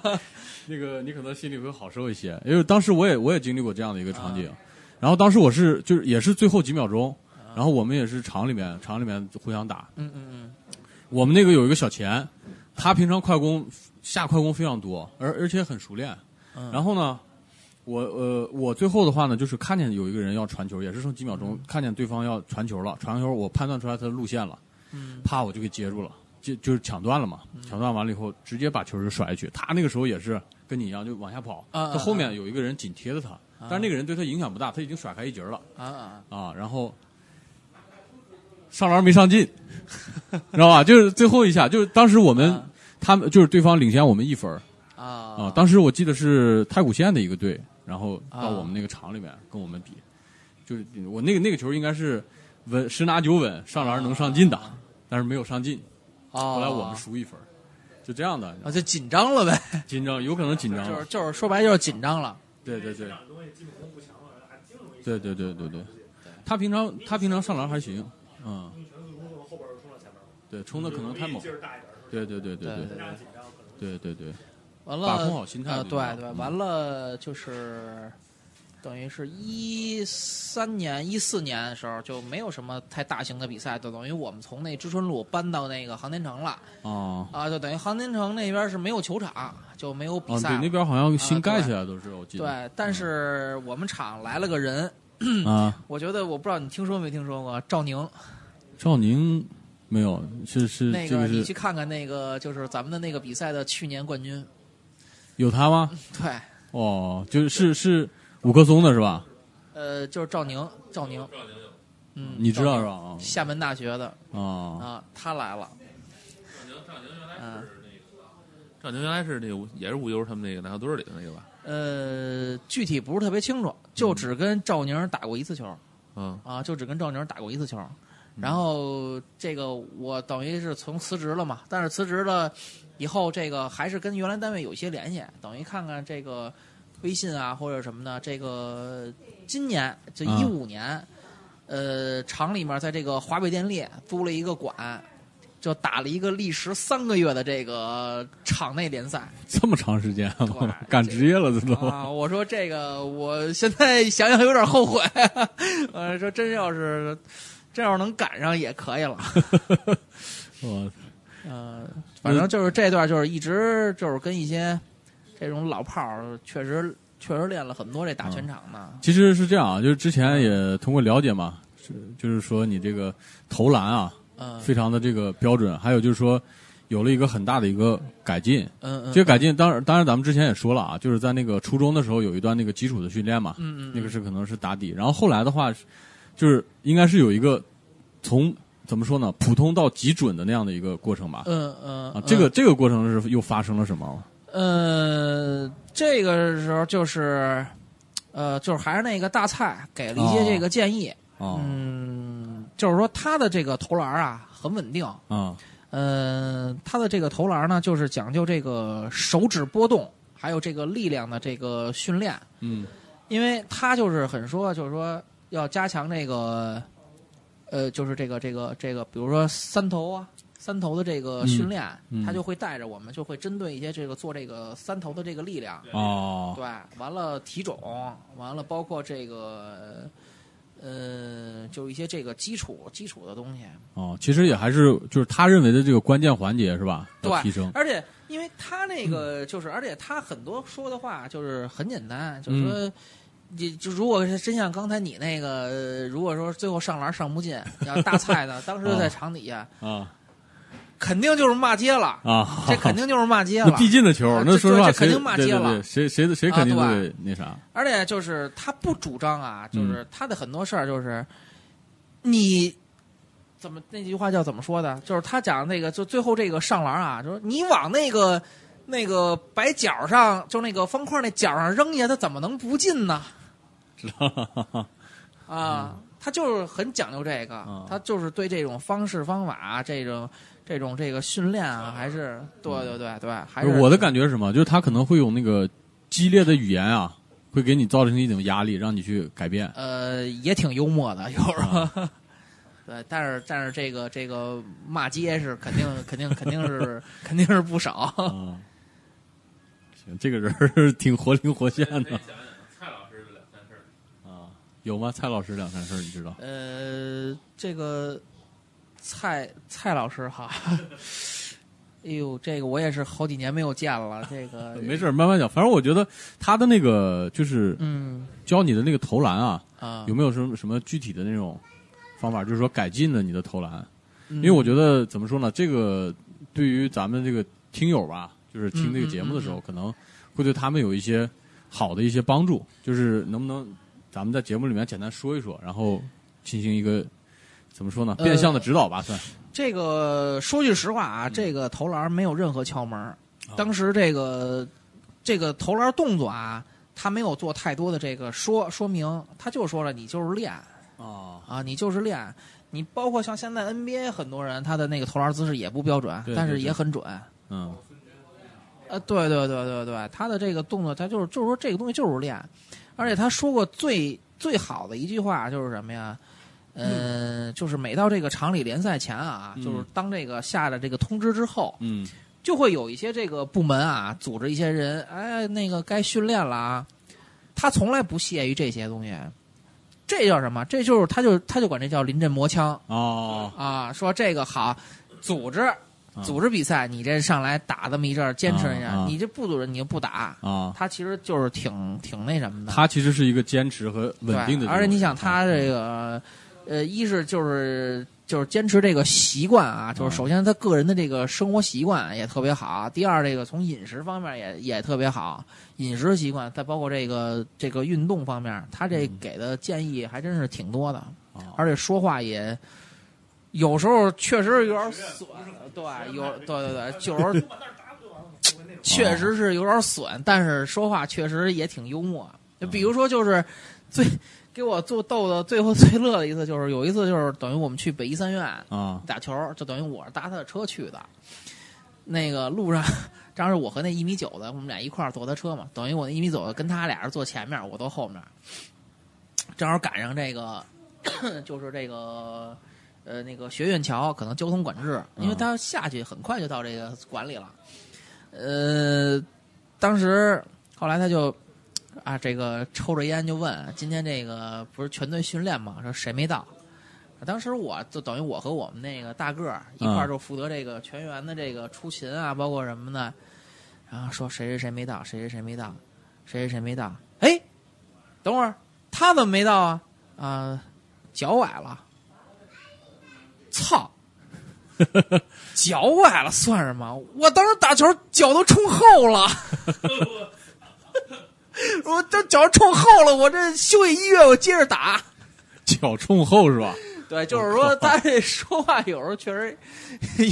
[SPEAKER 2] 那个你可能心里会好受一些，因为当时我也我也经历过这样的一个场景，
[SPEAKER 4] 啊
[SPEAKER 2] 然后当时我是就是也是最后几秒钟，然后我们也是厂里面厂里面互相打，
[SPEAKER 4] 啊嗯嗯嗯，
[SPEAKER 2] 我们那个有一个小钱，他平常快攻下快攻非常多，而而且很熟练。
[SPEAKER 4] 嗯
[SPEAKER 2] 然后呢，我呃我最后的话呢，就是看见有一个人要传球，也是剩几秒钟，
[SPEAKER 4] 嗯
[SPEAKER 2] 看见对方要传球了，传球我判断出来他的路线了，
[SPEAKER 4] 嗯
[SPEAKER 2] 啪我就给接住了，就就是抢断了嘛，抢断完了以后直接把球就甩下去。他那个时候也是跟你一样就往下跑，
[SPEAKER 4] 啊
[SPEAKER 2] 他后面有一个人紧贴着他，但是那个人对他影响不大，他已经甩开一截了。
[SPEAKER 4] 啊啊，
[SPEAKER 2] 啊，然后上篮没上 进，知道吧？就是最后一下，就是当时我们、
[SPEAKER 4] 啊
[SPEAKER 2] 他们就是对方领先我们一分儿
[SPEAKER 4] 啊
[SPEAKER 2] 嗯啊
[SPEAKER 4] 啊
[SPEAKER 2] 当时我记得是太谷县的一个队，然后
[SPEAKER 4] 啊
[SPEAKER 2] 到我们那个场里面跟我们比，就是我那个那个球应该是稳十拿九稳上篮能上进的，
[SPEAKER 4] 啊
[SPEAKER 2] 但是没有上进，后来我们输一分儿，就这样的
[SPEAKER 4] 哦啊就紧张了呗，
[SPEAKER 2] 紧张，有可能紧张
[SPEAKER 4] 就
[SPEAKER 2] 了
[SPEAKER 4] 是，就是说白了就是紧张了。
[SPEAKER 2] 对对对，对对对对对，他平常他平常上篮还行，
[SPEAKER 4] 啊
[SPEAKER 2] 嗯，对，冲的可能太猛，对对对对
[SPEAKER 4] 对
[SPEAKER 2] 对对
[SPEAKER 4] 对，
[SPEAKER 2] 对对，
[SPEAKER 4] 完了
[SPEAKER 2] 把控好心态
[SPEAKER 4] 啊，
[SPEAKER 2] 就
[SPEAKER 4] 对
[SPEAKER 2] 行
[SPEAKER 4] 对，
[SPEAKER 2] 嗯
[SPEAKER 4] 完了就是等于是一三年、一四年的时候就没有什么太大型的比赛，就等于我们从那知春路搬到那个航天城了
[SPEAKER 2] 啊
[SPEAKER 4] 啊，就等于航天城那边是没有球场，就没有比
[SPEAKER 2] 啊，
[SPEAKER 4] 赛
[SPEAKER 2] 对，
[SPEAKER 4] 了。啊
[SPEAKER 2] 那边好嗯像新盖起来都是，我记得，
[SPEAKER 4] 对，但是我们厂来了个人，
[SPEAKER 2] 对啊，
[SPEAKER 4] 我觉得我不知道你听说没听说过赵宁，
[SPEAKER 2] 赵宁没有，是是
[SPEAKER 4] 那
[SPEAKER 2] 嗯这
[SPEAKER 4] 个
[SPEAKER 2] 个
[SPEAKER 4] 你
[SPEAKER 2] 是
[SPEAKER 4] 去看看那个就是咱们的那个比赛的去年冠军，
[SPEAKER 2] 有他吗？
[SPEAKER 4] 对，
[SPEAKER 2] 哦，就是是五棵松的是吧？
[SPEAKER 4] 呃，就是赵宁，赵宁，嗯，
[SPEAKER 2] 你知
[SPEAKER 4] 赵
[SPEAKER 2] 道
[SPEAKER 4] 宁
[SPEAKER 2] 是吧？
[SPEAKER 4] 厦门大学的
[SPEAKER 2] 啊啊
[SPEAKER 4] 啊，他来了，嗯，
[SPEAKER 5] 赵宁原来是那个也是无忧他们那个篮球队里的那个吧？
[SPEAKER 4] 呃，具体不是特别清楚，
[SPEAKER 2] 嗯
[SPEAKER 4] 就只跟赵宁打过一次球
[SPEAKER 5] 嗯，
[SPEAKER 4] 啊，就只跟赵宁打过一次球。
[SPEAKER 2] 嗯
[SPEAKER 4] 然后这个我等于是从辞职了嘛，但是辞职了以后，这个还是跟原来单位有一些联系，等于看看这个微信啊或者什么的。这个今年就
[SPEAKER 2] 啊
[SPEAKER 4] 一五年，呃，厂里面在这个华北电力租了一个馆，就打了一个历时三个月的这个场内联赛。
[SPEAKER 2] 这么长时间
[SPEAKER 4] 对，
[SPEAKER 2] 干职业了这都
[SPEAKER 4] 啊，我说这个，我现在想想有点后悔。 呃，说真要是，真要是能赶上也可以了。
[SPEAKER 2] 哇
[SPEAKER 4] 呃，反正就是这段，就是一直就是跟一些这种老炮儿，确实确实练了很多这打
[SPEAKER 2] 啊
[SPEAKER 4] 全场的。
[SPEAKER 2] 其实是这样啊，就是之前也通过了解嘛，是就是说你这个投篮啊，
[SPEAKER 4] 嗯
[SPEAKER 2] 非常的这个标准，还有就是说有了一个很大的一个改进。
[SPEAKER 4] 嗯嗯，
[SPEAKER 2] 这个改进当然当然咱们之前也说了啊，就是在那个初中的时候有一段那个基础的训练嘛，
[SPEAKER 4] 嗯嗯
[SPEAKER 2] 那个是可能是打底，然后后来的话，就是应该是有一个从怎么说呢，普通到极准的那样的一个过程吧。
[SPEAKER 4] 嗯嗯
[SPEAKER 2] 啊，这个这个过程是又发生了什么？
[SPEAKER 4] 呃，这个时候就是呃，就是还是那个大蔡给了一
[SPEAKER 2] 哦
[SPEAKER 4] 些这个建议。
[SPEAKER 2] 啊
[SPEAKER 4] 嗯，就是说他的这个投篮啊很稳定。
[SPEAKER 2] 啊
[SPEAKER 4] 呃，他的这个投篮呢，就是讲究这个手指波动，还有这个力量的这个训练，
[SPEAKER 2] 嗯
[SPEAKER 4] 因为他就是很说，就是说要加强这个，呃，就是这个这个这个，比如说三投啊，三投的这个训练，
[SPEAKER 2] 嗯嗯
[SPEAKER 4] 他就会带着我们，就会针对一些这个做这个三投的这个力量，
[SPEAKER 2] 哦
[SPEAKER 4] 对，完了体种，完了包括这个，呃，就一些这个基础基础的东西，
[SPEAKER 2] 哦，其实也还是就是他认为的这个关键环节是吧？要
[SPEAKER 4] 对
[SPEAKER 2] 提升。
[SPEAKER 4] 而且，因为他那个就是，而且他很多说的话就是很简单，就是说，你就如果是真像刚才你那个，呃如果说最后上篮上不进，要大菜呢，当时就在场底下，
[SPEAKER 2] 啊
[SPEAKER 4] 肯定就是骂街 了，
[SPEAKER 2] 啊，
[SPEAKER 4] 这肯定就是骂街
[SPEAKER 2] 那
[SPEAKER 4] 了。
[SPEAKER 2] 必进的球
[SPEAKER 4] 啊，
[SPEAKER 2] 那
[SPEAKER 4] 这
[SPEAKER 2] 说实
[SPEAKER 4] 这
[SPEAKER 2] 话，
[SPEAKER 4] 这肯
[SPEAKER 2] 谁
[SPEAKER 4] 定骂
[SPEAKER 2] 对
[SPEAKER 4] 街
[SPEAKER 2] 对
[SPEAKER 4] 了
[SPEAKER 2] 对谁谁的谁
[SPEAKER 4] 啊
[SPEAKER 2] 肯定都
[SPEAKER 4] 对
[SPEAKER 2] 得那啥，
[SPEAKER 4] 而且嗯就是他不主张啊，就是他的很多事儿就是，你怎么那句话叫怎么说的？就是他讲那个，就最后这个上篮啊，就是你往那个那个白角上，就那个方块那角上扔一下，它怎么能不进呢？
[SPEAKER 2] 知道吗？
[SPEAKER 4] 啊，他就是很讲究这个
[SPEAKER 2] 嗯，
[SPEAKER 4] 他就是对这种方式方法、啊这种这种这个训练啊，还是对对对对， 还是
[SPEAKER 2] 我的感觉是什么？就是他可能会用那个激烈的语言啊，会给你造成一种压力，让你去改变。
[SPEAKER 4] 呃，也挺幽默的，有时候。
[SPEAKER 2] 啊
[SPEAKER 4] 对，但是但是这个这个骂街是肯定肯定肯定是肯定是不少。
[SPEAKER 2] 啊，行，这个人儿 挺活灵活现
[SPEAKER 5] 可以
[SPEAKER 2] 的
[SPEAKER 5] 讲讲蔡老师两件事儿。
[SPEAKER 2] 啊。有吗？蔡老师两三事儿你知道？
[SPEAKER 4] 呃，这个蔡蔡老师哈，哎呦，这个我也是好几年没有见了，这个
[SPEAKER 2] 没事，儿，慢慢讲。反正我觉得他的那个就是
[SPEAKER 4] 嗯
[SPEAKER 2] 教你的那个投篮啊，
[SPEAKER 4] 啊，
[SPEAKER 2] 有没有什么什么具体的那种方法，就是说改进的你的投篮？
[SPEAKER 4] 因
[SPEAKER 2] 因为我觉得怎么说呢，这个对于咱们这个听友吧，就是听这个节目
[SPEAKER 4] 嗯
[SPEAKER 2] 的时候，可能会对他们有一些好的一些帮助。就是能不能咱们在节目里面简单说一说，然后进行一个怎么说呢，
[SPEAKER 4] 呃
[SPEAKER 2] 变相的指导吧，算。
[SPEAKER 4] 这个说句实话啊，
[SPEAKER 2] 嗯
[SPEAKER 4] 这个投篮没有任何窍门儿。
[SPEAKER 2] 哦
[SPEAKER 4] 当时这个这个投篮动作啊，他没有做太多的这个说说明，他就说了，你就是练
[SPEAKER 2] 啊，
[SPEAKER 4] 啊，你就是练。你包括像现在 NBA 很多人，他的那个投篮姿势也不标准
[SPEAKER 2] 对，
[SPEAKER 4] 但是
[SPEAKER 2] 对对
[SPEAKER 4] 也很准。
[SPEAKER 2] 嗯，
[SPEAKER 4] 呃，对对对对对，他的这个动作，他就是就是说这个东西就是练，而且他说过最最好的一句话就是什么呀？嗯、就是每到这个厂里联赛前啊，
[SPEAKER 2] 嗯
[SPEAKER 4] 就是当这个下了这个通知之后，
[SPEAKER 2] 嗯，
[SPEAKER 4] 就会有一些这个部门啊，组织一些人，哎，那个该训练了啊。他从来不屑于这些东西，这叫什么？这就是他就他就管这叫临阵磨枪
[SPEAKER 2] 哦，
[SPEAKER 4] 啊，说这个好，组织
[SPEAKER 2] 啊
[SPEAKER 4] 组织比赛，你这上来打这么一阵儿，坚持一下，
[SPEAKER 2] 啊啊
[SPEAKER 4] 你这不组织你就不打。
[SPEAKER 2] 啊，
[SPEAKER 4] 他其实就是挺挺那什么的，
[SPEAKER 2] 他其实是一个坚持和
[SPEAKER 4] 对
[SPEAKER 2] 稳定的这种人，
[SPEAKER 4] 而且你想他这个，呃，一是就是就是坚持这个习惯啊，就是首先他个人的这个生活习惯也特别好，第二这个从饮食方面也也特别好，饮食习惯再包括这个这个运动方面，他这
[SPEAKER 2] 嗯
[SPEAKER 4] 给的建议还真是挺多的，
[SPEAKER 2] 啊
[SPEAKER 4] 而且说话也。有时候确实有点损，对，有对对对，有时候确实是有点损，但是说话确实也挺幽默。就比如说，就是最给我做逗的最后最乐的一次，就是有一次就是等于我们去北医三院
[SPEAKER 2] 啊
[SPEAKER 4] 打球，就等于我是搭他的车去的。那个路上，当时我和那一米九的，我们俩一块儿坐他车嘛，等于我那一米九的跟他俩人坐前面，我坐后面。正好赶上这个， 就是这个，呃，那个学院桥可能交通管制，因为他下去很快就到这个管里了。呃，当时后来他就啊，这个抽着烟就问：“今天这个不是全队训练吗？说谁没到？”当时我就等于我和我们那个大个儿一块儿就负责这个全员的这个出勤啊，包括什么的。然后说谁谁谁没到，谁谁谁没到，谁谁谁没到。哎，等会儿他怎么没到啊？啊、脚崴了。操！脚崴了算什么？我当时打球脚都冲后了，我这脚冲后了，我这休息一月我接着打。
[SPEAKER 2] 脚冲后是 吧？
[SPEAKER 4] 对，就是说 他这说话有时候确实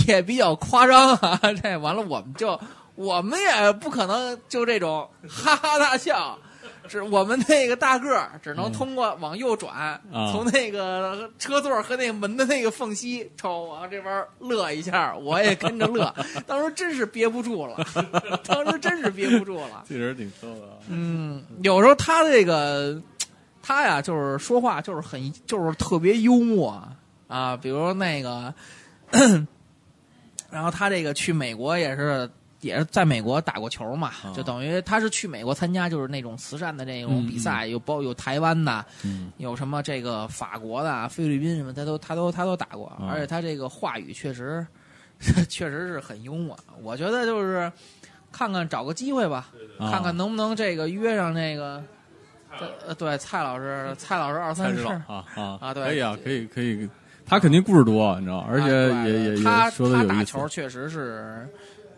[SPEAKER 4] 也比较夸张啊。 这完了，我们就我们也不可能就这种哈哈大笑，只我们那个大个儿只能通过往右转，
[SPEAKER 2] 啊
[SPEAKER 4] 从那个车座和那个门的那个缝隙瞅往这边乐一下，我也跟着 乐。当时真是憋不住了，当时真是憋不住了。
[SPEAKER 2] 这人挺逗的。啊
[SPEAKER 4] 嗯，有时候他这个，他呀，就是说话就是很就是特别幽默啊，比如那个， 然后他这个去美国也是也是在美国打过球嘛，
[SPEAKER 2] 啊
[SPEAKER 4] 就等于他是去美国参加就是那种慈善的那
[SPEAKER 2] 嗯
[SPEAKER 4] 种比赛，有包有台湾的，
[SPEAKER 2] 嗯
[SPEAKER 4] 有什么这个法国的、菲律宾什么，他都他都他都打过，
[SPEAKER 2] 嗯
[SPEAKER 4] 而且他这个话语确实 确实是很幽默，我觉得就是看看找个机会吧。
[SPEAKER 2] 啊
[SPEAKER 4] 看看能不能这个约上那个，呃，对，蔡老师，蔡老师二
[SPEAKER 2] 蔡
[SPEAKER 4] 三
[SPEAKER 2] 指
[SPEAKER 4] 事
[SPEAKER 2] 导啊啊
[SPEAKER 4] 啊对
[SPEAKER 2] 可以啊，可以可以，他肯定故事多，你知道， 而且
[SPEAKER 4] 啊对
[SPEAKER 2] 也也也
[SPEAKER 4] 他
[SPEAKER 2] 说的
[SPEAKER 4] 他
[SPEAKER 2] 有
[SPEAKER 4] 打
[SPEAKER 2] 意思
[SPEAKER 4] 球确实是，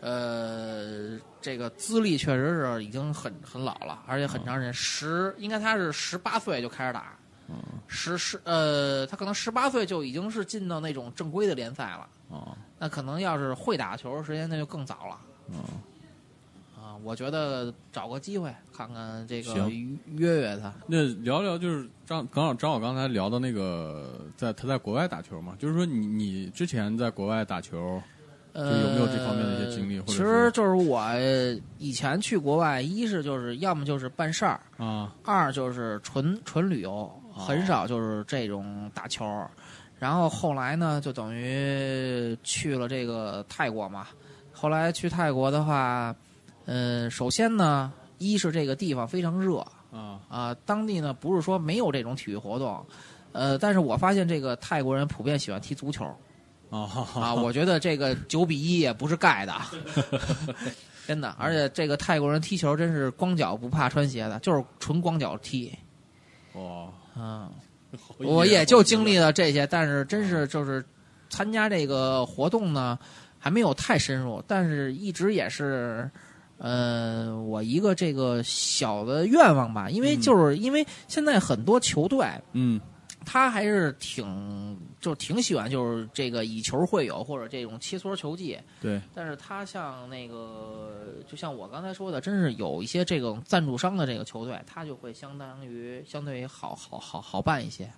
[SPEAKER 4] 呃，这个资历
[SPEAKER 2] 啊
[SPEAKER 4] 确实是已经很很老了，而且很长时间，十应该他是十八岁就开始打，
[SPEAKER 2] 嗯
[SPEAKER 4] 十十呃，他可能十八岁就已经是进到那种正规的联赛了。
[SPEAKER 2] 啊
[SPEAKER 4] 那可能要是会打球，时间那就更早了。
[SPEAKER 2] 嗯
[SPEAKER 4] 啊，我觉得找个机会看看这个
[SPEAKER 2] 行
[SPEAKER 4] 约约约他。
[SPEAKER 2] 那聊聊就是张刚好张好刚才聊到那个在他在国外打球嘛，就是说你你之前在国外打球，
[SPEAKER 4] 呃，
[SPEAKER 2] 有没有这方面的一些经历或者
[SPEAKER 4] 其
[SPEAKER 2] 是
[SPEAKER 4] 实就是我呃以前去国外，一是就是要么就是办事儿，
[SPEAKER 2] 啊
[SPEAKER 4] 二就是纯纯旅游，很少就是这种打球。然后后来呢，就等于去了这个泰国嘛。后来去泰国的话，呃，首先呢，一是这个地方非常热
[SPEAKER 2] 啊
[SPEAKER 4] 啊、当地呢不是说没有这种体育活动，呃，但是我发现这个泰国人普遍喜欢踢足球
[SPEAKER 2] 啊 哈 哈
[SPEAKER 4] 啊，我觉得这个九比一也不是盖的，啊 真的。而且这个泰国人踢球真是光脚不怕穿鞋的，就是纯光脚踢。
[SPEAKER 2] 哇，
[SPEAKER 4] 嗯，
[SPEAKER 2] 好野
[SPEAKER 4] 我也就经历了这些，但是真是就是参加这个活动呢，还没有太深入，但是一直也是。呃，我一个这个小的愿望吧，因为就是因为现在很多球队，
[SPEAKER 2] 嗯
[SPEAKER 4] 他还是挺就挺喜欢就是这个以球会友或者这种切磋球技，
[SPEAKER 2] 对
[SPEAKER 4] 但是他像那个，就像我刚才说的，真是有一些这种赞助商的这个球队，他就会相当于相对于好好好好办一些。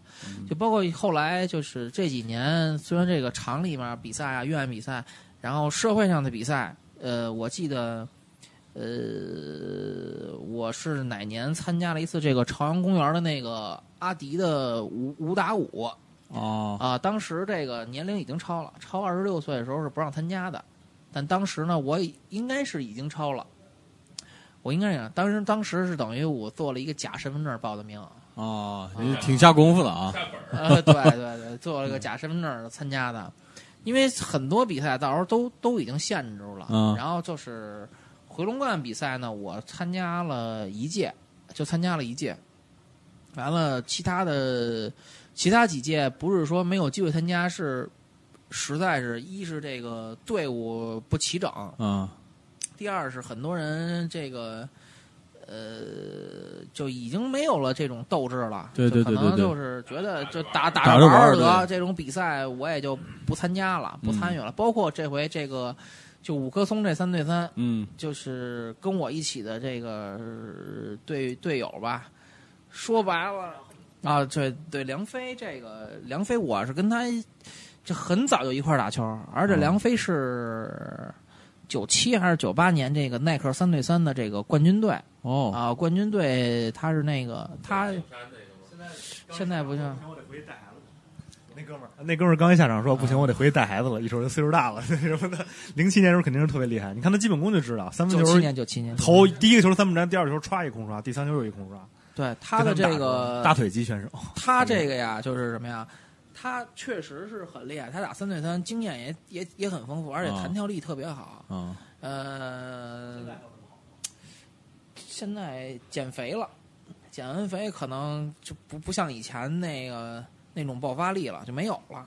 [SPEAKER 4] 就包括后来就是这几年，虽然这个厂里面比赛啊、院比赛，然后社会上的比赛，呃，我记得，呃，我是哪年参加了一次这个朝阳公园的那个阿迪的五五打五啊、
[SPEAKER 2] 啊
[SPEAKER 4] 当时这个年龄已经超了，超二十六岁的时候是不让参加的。但当时呢，我已应该是已经超了，我应该是当时当时是等于我做了一个假身份证报的名，
[SPEAKER 2] 啊，也挺下功夫的啊
[SPEAKER 5] 下本儿
[SPEAKER 4] 呃，对对对，做了个假身份证参加的，因为很多比赛到时候都都已经限制住了。
[SPEAKER 2] 嗯
[SPEAKER 4] 然后就是回龙观比赛呢，我参加了一届，就参加了一届，完了其他的其他几届不是说没有机会参加，是实在是一是这个队伍不齐整，
[SPEAKER 2] 啊
[SPEAKER 4] 第二是很多人这个，呃，就已经没有了这种斗志了。
[SPEAKER 2] 对对
[SPEAKER 4] 就
[SPEAKER 2] 对
[SPEAKER 4] 可
[SPEAKER 2] 对
[SPEAKER 4] 能
[SPEAKER 2] 对
[SPEAKER 4] 就是觉得就打
[SPEAKER 2] 打
[SPEAKER 4] 打
[SPEAKER 2] 着
[SPEAKER 4] 着
[SPEAKER 2] 玩儿
[SPEAKER 4] 儿
[SPEAKER 2] 对
[SPEAKER 4] 得这种比赛，我也就不参加了，不
[SPEAKER 2] 嗯
[SPEAKER 4] 参与了。包括这回这个，就五棵松这三对三，
[SPEAKER 2] 嗯
[SPEAKER 4] 就是跟我一起的这个呃队队友吧，说白了啊，对对，梁飞这个梁飞，我是跟他就很早就一块儿打球，而且
[SPEAKER 2] 嗯
[SPEAKER 4] 梁飞是九七还是九八年这个耐克三对三的这个冠军队
[SPEAKER 2] 哦
[SPEAKER 4] 啊，冠军队他是那个他现在不
[SPEAKER 3] 行
[SPEAKER 4] 像，
[SPEAKER 3] 我得回去带孩子。那哥们儿，那哥们儿刚一下场说不行，我得回去带孩子了。一瞅这岁数大了， 那什么的。零七年时候肯定是特别厉害，你看他基本功就知道，三分
[SPEAKER 4] 九七
[SPEAKER 3] 球
[SPEAKER 4] 年九七年
[SPEAKER 3] 投第一个球是三分粘，第二个球歘一空刷，第三球又一空刷。
[SPEAKER 4] 对他
[SPEAKER 3] 跟
[SPEAKER 4] 的
[SPEAKER 3] 们
[SPEAKER 4] 这
[SPEAKER 3] 打过
[SPEAKER 4] 个
[SPEAKER 3] 大腿级选手，
[SPEAKER 4] 他
[SPEAKER 2] 嗯
[SPEAKER 4] 这个呀，就是什么呀？他确实是很厉害，他打三对三经验也也也很丰富，而且
[SPEAKER 2] 啊
[SPEAKER 4] 弹跳力特别好。
[SPEAKER 2] 啊
[SPEAKER 4] 呃，现在减肥了，减完肥可能就不不像以前那个那种爆发力了，就没有了。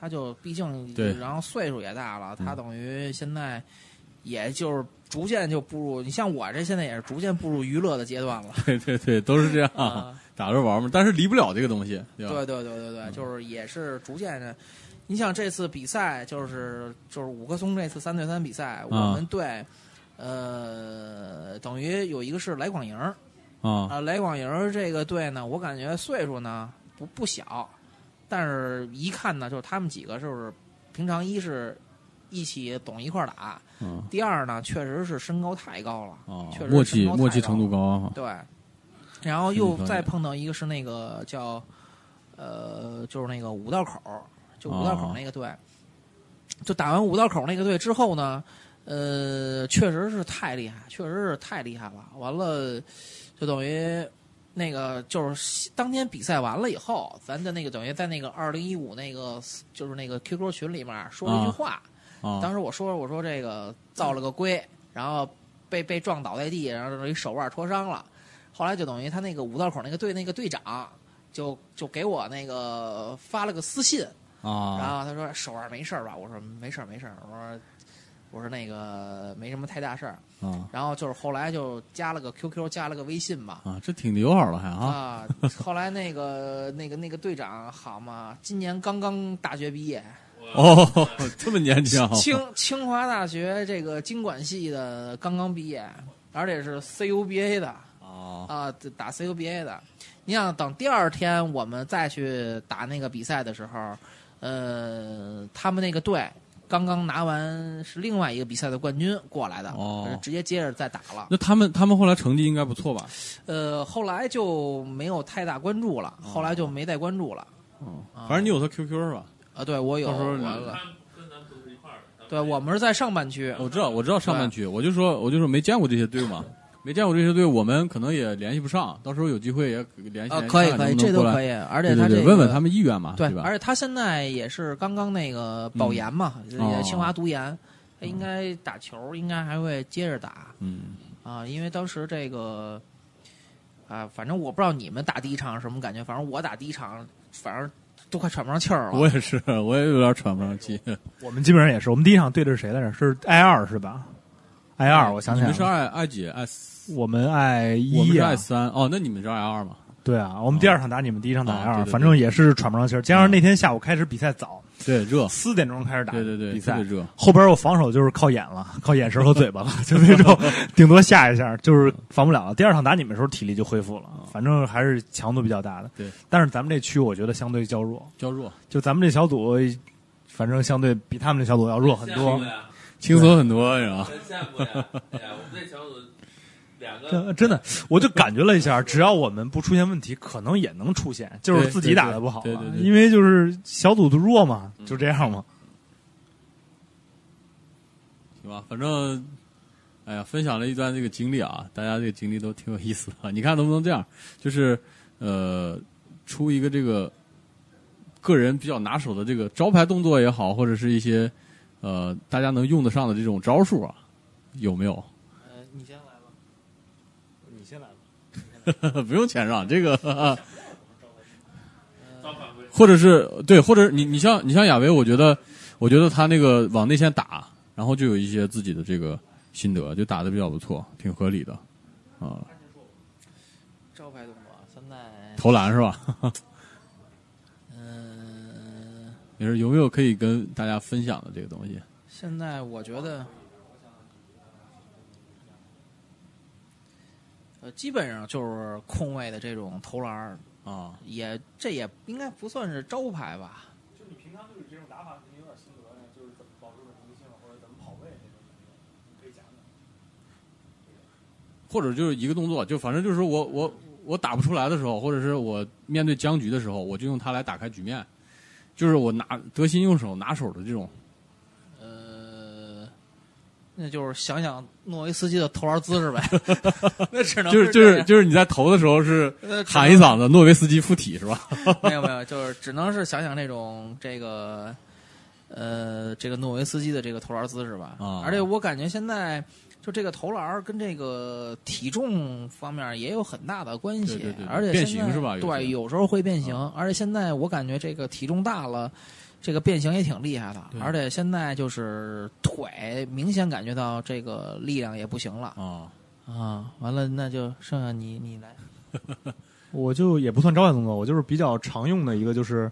[SPEAKER 4] 他就毕竟
[SPEAKER 2] 对
[SPEAKER 4] 然后岁数也大了，他
[SPEAKER 2] 嗯
[SPEAKER 4] 等于现在也就是逐渐就步入，你像我这现在也是逐渐步入娱乐的阶段了。
[SPEAKER 2] 对对对，都是这样
[SPEAKER 4] 啊
[SPEAKER 2] 打着玩嘛，但是离不了这个东西，对吧？嗯
[SPEAKER 4] 对对对对对，就是也是逐渐的。你想这次比赛就是就是五棵松这次三对三比赛，我
[SPEAKER 2] 啊
[SPEAKER 4] 们队呃等于有一个是来广营儿
[SPEAKER 2] 啊
[SPEAKER 4] 啊，来广营儿这个队呢，我感觉岁数呢不不小，但是一看呢，就是他们几个就是平常一是一起懂一块儿打，
[SPEAKER 2] 嗯
[SPEAKER 4] 第二呢确实是身高太高了，
[SPEAKER 2] 啊
[SPEAKER 4] 确，实
[SPEAKER 2] 默
[SPEAKER 4] 身
[SPEAKER 2] 契
[SPEAKER 4] 高太
[SPEAKER 2] 默契
[SPEAKER 4] 高
[SPEAKER 2] 程度高啊
[SPEAKER 4] 对，然后
[SPEAKER 2] 是一
[SPEAKER 4] 又
[SPEAKER 2] 方
[SPEAKER 4] 再
[SPEAKER 2] 面
[SPEAKER 4] 碰到一个是那个叫，呃，就是那个五道口儿，就五道口儿那个队，就打完五道口儿那个队之后呢，呃，确实是太厉害，确实是太厉害了。完了，就等于那个就是当天比赛完了以后，咱的那个等于在那个二零一五那个就是那个 QQ 群里面说了一句
[SPEAKER 2] 啊
[SPEAKER 4] 话，当
[SPEAKER 2] 啊
[SPEAKER 4] 时我说我说这个造了个龟，然后被被撞倒在地，然后等于手腕戳伤了。后来就等于他那个五道口那个队那个队长就就给我那个发了个私信，然
[SPEAKER 2] 啊
[SPEAKER 4] 后他说手腕没事儿吧？我说没事儿没事儿，我说我说那个没什么太大事儿。
[SPEAKER 2] 啊
[SPEAKER 4] 然后就是后来就加了个 QQ，加了个微信嘛。
[SPEAKER 2] 啊，这挺友好了还啊
[SPEAKER 4] 啊，后来那个那个那个队长好嘛，今年刚刚大学毕业，
[SPEAKER 2] 哦， 这么年轻啊，
[SPEAKER 4] 清清华大学这个经管系的刚刚毕业，而且是 CUBA 的
[SPEAKER 2] 哦
[SPEAKER 4] 啊，打 CUBA 的。你想等第二天我们再去打那个比赛的时候，呃，他们那个队刚刚拿完是另外一个比赛的冠军过来的，呃
[SPEAKER 2] 哦
[SPEAKER 4] 直接接着再打了。
[SPEAKER 2] 那他们他们后来成绩应该不错吧？
[SPEAKER 4] 呃，后来就没有太大关注了，后来就没再关注了。
[SPEAKER 2] 哦
[SPEAKER 4] 啊
[SPEAKER 2] 反正你有他 QQ 是吧？
[SPEAKER 4] 啊，对我有，
[SPEAKER 2] 到时候你
[SPEAKER 4] 我
[SPEAKER 5] 跟咱们哦不是一块儿的，
[SPEAKER 4] 对我们是在上半区，
[SPEAKER 2] 我知道，我知道上半区，我就说我就说没见过这些队嘛，没见过这些队，我们可能也联系不上，到时候有机会也联系
[SPEAKER 4] 啊，
[SPEAKER 2] 联系
[SPEAKER 4] 可以
[SPEAKER 2] 看
[SPEAKER 4] 可以，
[SPEAKER 2] 能不
[SPEAKER 4] 这
[SPEAKER 2] 能
[SPEAKER 4] 都
[SPEAKER 2] 过来
[SPEAKER 4] 可以，而且
[SPEAKER 2] 对
[SPEAKER 4] 他
[SPEAKER 2] 对
[SPEAKER 4] 这
[SPEAKER 2] 对，
[SPEAKER 4] 个
[SPEAKER 2] 问问他。们意愿嘛，
[SPEAKER 4] 对，
[SPEAKER 2] 吧嗯
[SPEAKER 4] 而？且他现在也是刚刚那个保研嘛，
[SPEAKER 2] 哦
[SPEAKER 4] 也清华读研，他应该打球，应该还会接着打
[SPEAKER 2] 嗯，
[SPEAKER 4] 啊，因为当时这个啊，反正我不知道你们打第一场是什么感觉，反正我打第一场，反正都快喘不上气儿了。
[SPEAKER 2] 我也是，我也有点喘不上气。
[SPEAKER 3] 我们基本上也是，我们第一场对的是谁来着？是 I 二是吧？I 二，我想
[SPEAKER 2] 你
[SPEAKER 3] 起来
[SPEAKER 2] 们是
[SPEAKER 3] 了，
[SPEAKER 2] 爱爱几爱四，
[SPEAKER 3] 我们 I
[SPEAKER 2] 我们
[SPEAKER 3] 一
[SPEAKER 2] 是
[SPEAKER 3] 啊
[SPEAKER 2] 爱，三哦，那你们是爱二嘛？
[SPEAKER 3] 对啊，我们第二场打你们，第一场打 I
[SPEAKER 2] 啊对
[SPEAKER 3] 二，
[SPEAKER 2] 对对
[SPEAKER 3] 反正也是喘不上气儿。加上那天下午开始比赛早，
[SPEAKER 2] 对，热，
[SPEAKER 3] 四点钟开始打，
[SPEAKER 2] 哦对对对，
[SPEAKER 3] 比
[SPEAKER 2] 特
[SPEAKER 3] 赛
[SPEAKER 2] 别热。
[SPEAKER 3] 后边我防守就是靠眼了， 靠眼神和嘴巴了，就那 种，顶多吓一下，就是防不了了。第二场打你们的时候体力就恢复了，反正还是强度比较大的。
[SPEAKER 2] 哦对，
[SPEAKER 3] 但是咱们这区我觉得相对较弱，
[SPEAKER 2] 较弱，
[SPEAKER 3] 就咱们这小组，反正相对比他们这小组要弱很多。
[SPEAKER 2] 轻松很多，你知道吗？
[SPEAKER 5] 很羡慕呀！哎呀，我们这小组两个
[SPEAKER 3] 呃真真的，我就感觉了一下，只要我们不出现问题，可能也能出现，就是
[SPEAKER 2] 对
[SPEAKER 3] 自
[SPEAKER 2] 对
[SPEAKER 3] 己打的
[SPEAKER 2] 对
[SPEAKER 3] 不好了，
[SPEAKER 2] 对对对
[SPEAKER 3] 因为就是小组都弱嘛，就这样嘛。
[SPEAKER 2] 行吧，反正，哎呀，分享了一段这个经历啊，大家这个经历都挺有意思的。你看能不能这样？就是，呃，出一个这个个人比较拿手的这个招牌动作也好，或者是一些呃大家能用得上的这种招数啊，有没有？
[SPEAKER 4] 呃，你先来吧，
[SPEAKER 3] 你先来吧，
[SPEAKER 2] 不用谦让，这个。呃
[SPEAKER 5] 造反归
[SPEAKER 2] 或者是对，或者你你像你像亚维，我觉得我觉得他那个往内线打，然后就有一些自己的这个心得，就打的比较不错，挺合理的啊、
[SPEAKER 4] 招牌动作，现在
[SPEAKER 2] 投篮是吧？
[SPEAKER 4] 嗯。
[SPEAKER 2] 没事，有没有可以跟大家分享的这个东西？
[SPEAKER 4] 现在我觉得，呃，基本上就是空位的这种投篮儿，
[SPEAKER 2] 啊，
[SPEAKER 4] 也这也应该不算是招牌吧。
[SPEAKER 3] 就你平常对这种打法肯定有点心得呢，就是怎么保持稳定性或者怎么跑位那种感觉，可以讲讲。
[SPEAKER 2] 或者就是一个动作，就反正就是说我我我打不出来的时候，或者是我面对僵局的时候，我就用它来打开局面，就是我拿得心应手拿手的这种
[SPEAKER 4] 呃，那就是想想诺维斯基的投篮姿势呗， 那只能
[SPEAKER 2] 就是就
[SPEAKER 4] 这
[SPEAKER 2] 是
[SPEAKER 4] 样
[SPEAKER 2] 就是你在投的时候是
[SPEAKER 4] 呃只能
[SPEAKER 2] 喊一嗓子诺维斯基附体是吧？
[SPEAKER 4] 没有没有，就是只能是想想这种这个，呃，这个诺维斯基的这个投篮姿势吧。
[SPEAKER 2] 啊
[SPEAKER 4] 而且我感觉现在就这个投篮儿跟这个体重方面也有很大的关系，
[SPEAKER 2] 对对对对
[SPEAKER 4] 而且
[SPEAKER 2] 变
[SPEAKER 4] 现在
[SPEAKER 2] 形是吧有些嗯
[SPEAKER 4] 对，有时候会变形，而且现在我感觉这个体重大了。这个变形也挺厉害的
[SPEAKER 2] 对，
[SPEAKER 4] 而且现在就是腿明显感觉到这个力量也不行了
[SPEAKER 2] 啊，
[SPEAKER 4] 啊！完了，那就剩下你你来，
[SPEAKER 3] 我就也不算招牌动作，我就是比较常用的一个，就是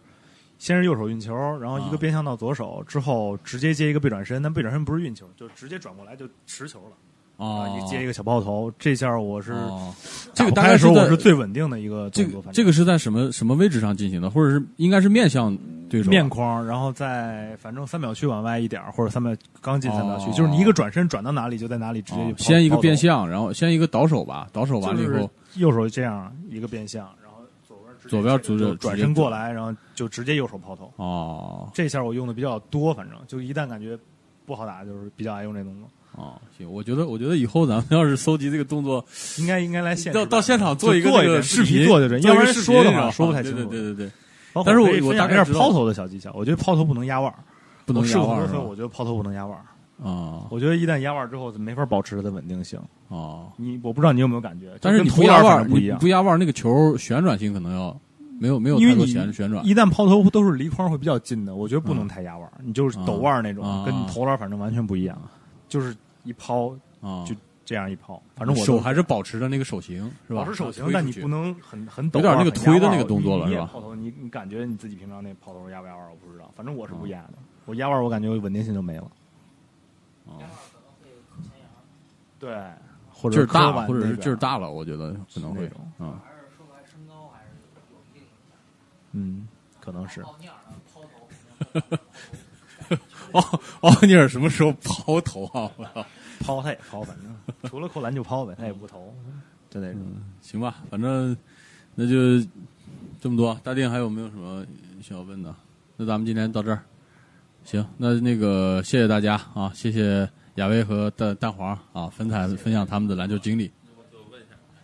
[SPEAKER 3] 先是右手运球，然后一
[SPEAKER 2] 啊
[SPEAKER 3] 个变向到左手，之后直接接一个背转身，但背转身不是运球，就直接转过来就持球了，
[SPEAKER 2] 啊
[SPEAKER 3] 然后你接一个小爆头，这下我是
[SPEAKER 2] 哦，这
[SPEAKER 3] 打
[SPEAKER 2] 个
[SPEAKER 3] 不
[SPEAKER 2] 大
[SPEAKER 3] 开
[SPEAKER 2] 概
[SPEAKER 3] 的时候
[SPEAKER 2] 在
[SPEAKER 3] 我是最稳定的一个
[SPEAKER 2] 这
[SPEAKER 3] 动作，
[SPEAKER 2] 个
[SPEAKER 3] 反正
[SPEAKER 2] 这个是在什么什么位置上进行的，或者是应该是面向对手啊吧
[SPEAKER 3] 面框，然后再反正三秒区往外一点儿，或者三秒刚进三秒区，
[SPEAKER 2] 哦
[SPEAKER 3] 就是你一个转身转到哪里就在哪里直接
[SPEAKER 2] 哦
[SPEAKER 3] 就抛、
[SPEAKER 2] 先一个
[SPEAKER 3] 抛投
[SPEAKER 2] 变，向，然后先一个倒手吧，倒手完了以
[SPEAKER 3] 就是
[SPEAKER 2] 后
[SPEAKER 3] 右手这样一个变向，然后左边直接
[SPEAKER 2] 左边
[SPEAKER 3] 就
[SPEAKER 2] 直接
[SPEAKER 3] 转
[SPEAKER 2] 直接
[SPEAKER 3] 身过来，然后就直接右手抛投。
[SPEAKER 2] 哦
[SPEAKER 3] 这下我用的比较多，反正就一旦感觉不好打，就是比较爱用这动作。
[SPEAKER 2] 哦，行，我觉得我觉得以后咱们要是搜集这个动作，
[SPEAKER 3] 应该应该来现
[SPEAKER 2] 到到现场做一个
[SPEAKER 3] 做
[SPEAKER 2] 这个
[SPEAKER 3] 遍
[SPEAKER 2] 视
[SPEAKER 3] 自己
[SPEAKER 2] 频，
[SPEAKER 3] 做就这样
[SPEAKER 2] 做一
[SPEAKER 3] 要不
[SPEAKER 2] 个
[SPEAKER 3] 然
[SPEAKER 2] 视频
[SPEAKER 3] 说的
[SPEAKER 2] 是
[SPEAKER 3] 话
[SPEAKER 2] 吧
[SPEAKER 3] 说不太清楚
[SPEAKER 2] 对对对对对，
[SPEAKER 3] 包括
[SPEAKER 2] 但是我
[SPEAKER 3] 可以
[SPEAKER 2] 我
[SPEAKER 3] 分
[SPEAKER 2] 大
[SPEAKER 3] 享
[SPEAKER 2] 概
[SPEAKER 3] 一下
[SPEAKER 2] 知道
[SPEAKER 3] 抛投的小技巧，我觉得抛投不能压腕儿，
[SPEAKER 2] 不能
[SPEAKER 3] 我试
[SPEAKER 2] 压
[SPEAKER 3] 过
[SPEAKER 2] 腕
[SPEAKER 3] 很
[SPEAKER 2] 儿是
[SPEAKER 3] 多次，
[SPEAKER 2] 吧
[SPEAKER 3] 我觉得抛投不能压腕儿。
[SPEAKER 2] 哦
[SPEAKER 3] 我觉得一旦压腕儿之后，没法保持它的稳定性。
[SPEAKER 2] 哦，
[SPEAKER 3] 你我不知道你有没有感觉，
[SPEAKER 2] 但是
[SPEAKER 3] 就
[SPEAKER 2] 你
[SPEAKER 3] 跟
[SPEAKER 2] 不
[SPEAKER 3] 投
[SPEAKER 2] 压
[SPEAKER 3] 篮
[SPEAKER 2] 腕
[SPEAKER 3] 可
[SPEAKER 2] 儿，
[SPEAKER 3] 能不一
[SPEAKER 2] 你
[SPEAKER 3] 样，
[SPEAKER 2] 不压腕儿，那个球旋转性可能要没有没有
[SPEAKER 3] 因
[SPEAKER 2] 太
[SPEAKER 3] 为
[SPEAKER 2] 多
[SPEAKER 3] 你
[SPEAKER 2] 旋旋转
[SPEAKER 3] 一旦抛投都是离框会比较近的，我觉得不能太压腕儿，你就是
[SPEAKER 2] 嗯啊
[SPEAKER 3] 抖腕儿那种，
[SPEAKER 2] 啊
[SPEAKER 3] 跟投篮反正完全不一样。啊就是一抛
[SPEAKER 2] 啊，
[SPEAKER 3] 就这样一抛，反正我
[SPEAKER 2] 手还是保持着那个手型，是吧？
[SPEAKER 3] 保持手型
[SPEAKER 2] 推，出
[SPEAKER 3] 但你
[SPEAKER 2] 去
[SPEAKER 3] 不能很很抖
[SPEAKER 2] 有
[SPEAKER 3] 啊，
[SPEAKER 2] 点那个
[SPEAKER 3] 很
[SPEAKER 2] 推的
[SPEAKER 3] 压
[SPEAKER 2] 那
[SPEAKER 3] 腕儿
[SPEAKER 2] 个动作
[SPEAKER 3] 你
[SPEAKER 2] 了是
[SPEAKER 3] 你也
[SPEAKER 2] 吧
[SPEAKER 3] 抛投，你你感觉你自己平常那抛投压不压腕儿，我不知道，反正我
[SPEAKER 2] 嗯
[SPEAKER 3] 是不压的，我压腕儿我感觉稳定性就没了。
[SPEAKER 2] 哦
[SPEAKER 3] 对，或
[SPEAKER 2] 劲
[SPEAKER 3] 者
[SPEAKER 2] 儿
[SPEAKER 3] 磕
[SPEAKER 2] 大，
[SPEAKER 3] 腕
[SPEAKER 2] 或者
[SPEAKER 3] 那
[SPEAKER 2] 是
[SPEAKER 3] 边
[SPEAKER 2] 劲儿大了，我觉得可能
[SPEAKER 3] 那
[SPEAKER 2] 会
[SPEAKER 3] 种
[SPEAKER 2] 啊，
[SPEAKER 4] 还是说白身高还是有一定影
[SPEAKER 3] 嗯，可能 是
[SPEAKER 4] 响。奥尼尔呢，抛投肯定
[SPEAKER 2] 奥哦奥尼尔什么时候抛投啊？ 我操
[SPEAKER 3] 抛他也抛，反正除了扣篮就抛呗，他也不投，
[SPEAKER 2] 嗯
[SPEAKER 3] 就那种。
[SPEAKER 2] 行吧，反正那就这么多。大定还有没有什么需要问的？那咱们今天到这儿，行，那那个谢谢大家啊，谢谢亚威和蛋蛋黄啊，分彩分享他们的篮球经历。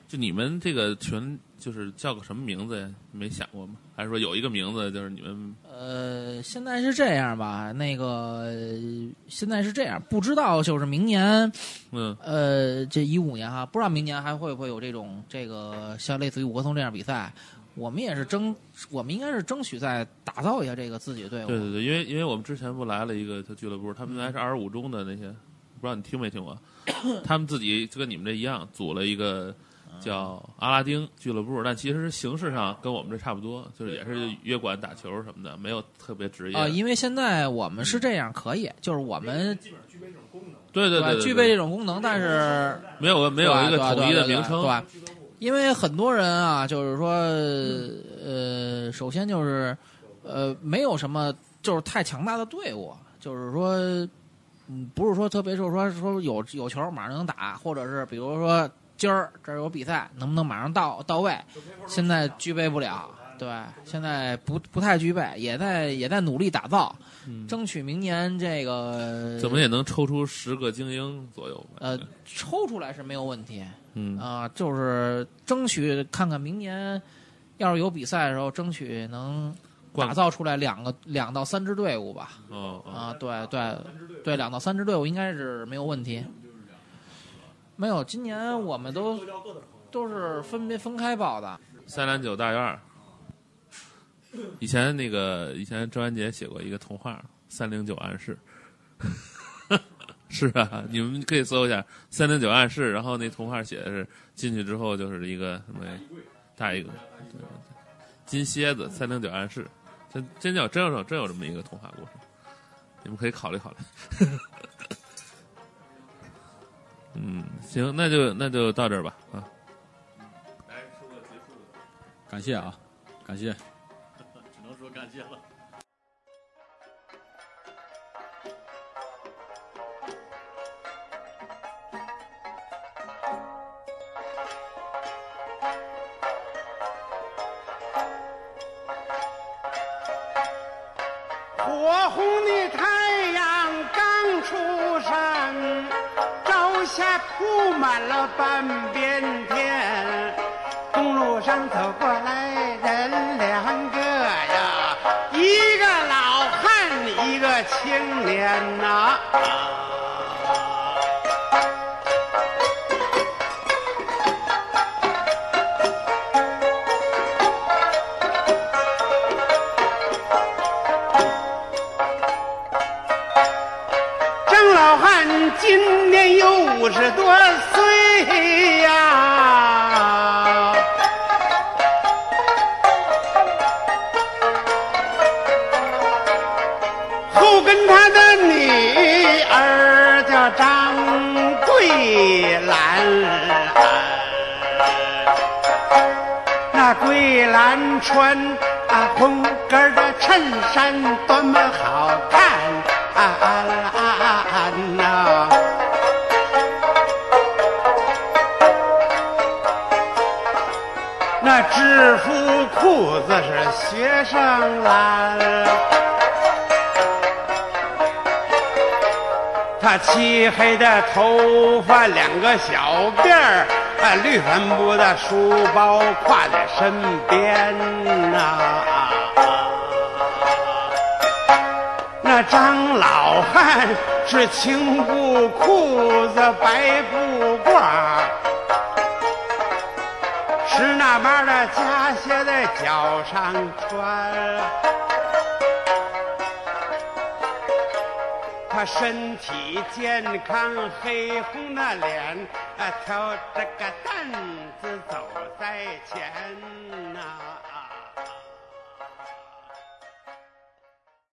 [SPEAKER 5] 就你们这个群就是叫个什么名字呀？没想过吗？还是说有一个名字就是你们嗯
[SPEAKER 4] 呃，现在是这样吧，那个现在是这样，不知道就是明年，
[SPEAKER 5] 嗯
[SPEAKER 4] 呃，这一五年哈，不知道明年还会不会有这种这个像类似于五棵松这样比赛，我们也是争，我们应该是争取在打造一下这个自己的队伍。
[SPEAKER 5] 对对对，因为因为我们之前不来了一个就俱乐部，他们原来是二十五中的那些，不知道你听没听过，他们自己就跟你们这一样组了一个叫
[SPEAKER 4] 啊
[SPEAKER 5] 阿拉丁俱乐部，但其实形式上跟我们这差不多，就是也是约馆打球什么的，没有特别职业。
[SPEAKER 4] 啊、因为现在我们是这样，可以，就是我们
[SPEAKER 5] 对对
[SPEAKER 4] 吧
[SPEAKER 5] 对对，
[SPEAKER 4] 具备这
[SPEAKER 5] 种
[SPEAKER 4] 种功能，但是
[SPEAKER 5] 没有没有一个
[SPEAKER 4] 对吧啊
[SPEAKER 5] 统一的名
[SPEAKER 4] 对
[SPEAKER 5] 称，
[SPEAKER 4] 吧？对吧因为很多人啊，就是说，呃，首先就是，呃，没有什么就是太强大的队伍，就是说，嗯，不是说特别就是说说有有球马上能打，或者是比如说今儿这儿有比赛，能不能马上到到位？现在具备不了，对，现在不不太具备，也在也在努力打造，争取明年这个
[SPEAKER 5] 嗯怎么也能抽出十个精英左右吧。
[SPEAKER 4] 呃抽出来是没有问题，
[SPEAKER 5] 嗯，
[SPEAKER 4] 啊、就是争取看看明年要是有比赛的时候，争取能
[SPEAKER 5] 冠
[SPEAKER 4] 打造出来两个两到三支队伍吧。
[SPEAKER 5] 哦哦，
[SPEAKER 4] 啊、对对对，两到三支队伍应该是没有问题。没有，今年我们都都是分别分开报的。
[SPEAKER 5] 三两九大院儿。以前那个以前周安杰写过一个童话《三零九暗示》， 是啊，你们可以搜一下《三零九暗示》，然后那童话写的是进去之后就是一个什么大一个对金蝎子三零九暗示，真真有真有真有这么一个童话故事，你们可以考虑考虑。 嗯，行，那就那就到这儿吧啊。
[SPEAKER 2] 感谢啊，感谢。
[SPEAKER 6] 火红的太阳刚出山，朝霞铺满了半边天。公路上走过来人两个呀，一个老汉，一个青年呐、张老汉今年有五十多岁呀、后跟他的女儿叫张桂兰，那桂兰穿啊红格儿的衬衫多么好看啊啊啊啊呐、那制服裤子是学生蓝。他漆黑的头发，两个小辫儿，啊，绿帆布的书包挎在身边呐、那张老汉是青布裤子，白布褂儿，是那边的夹鞋在脚上穿。他身体健康，黑红的脸，啊，挑着个担子走在前呐、啊。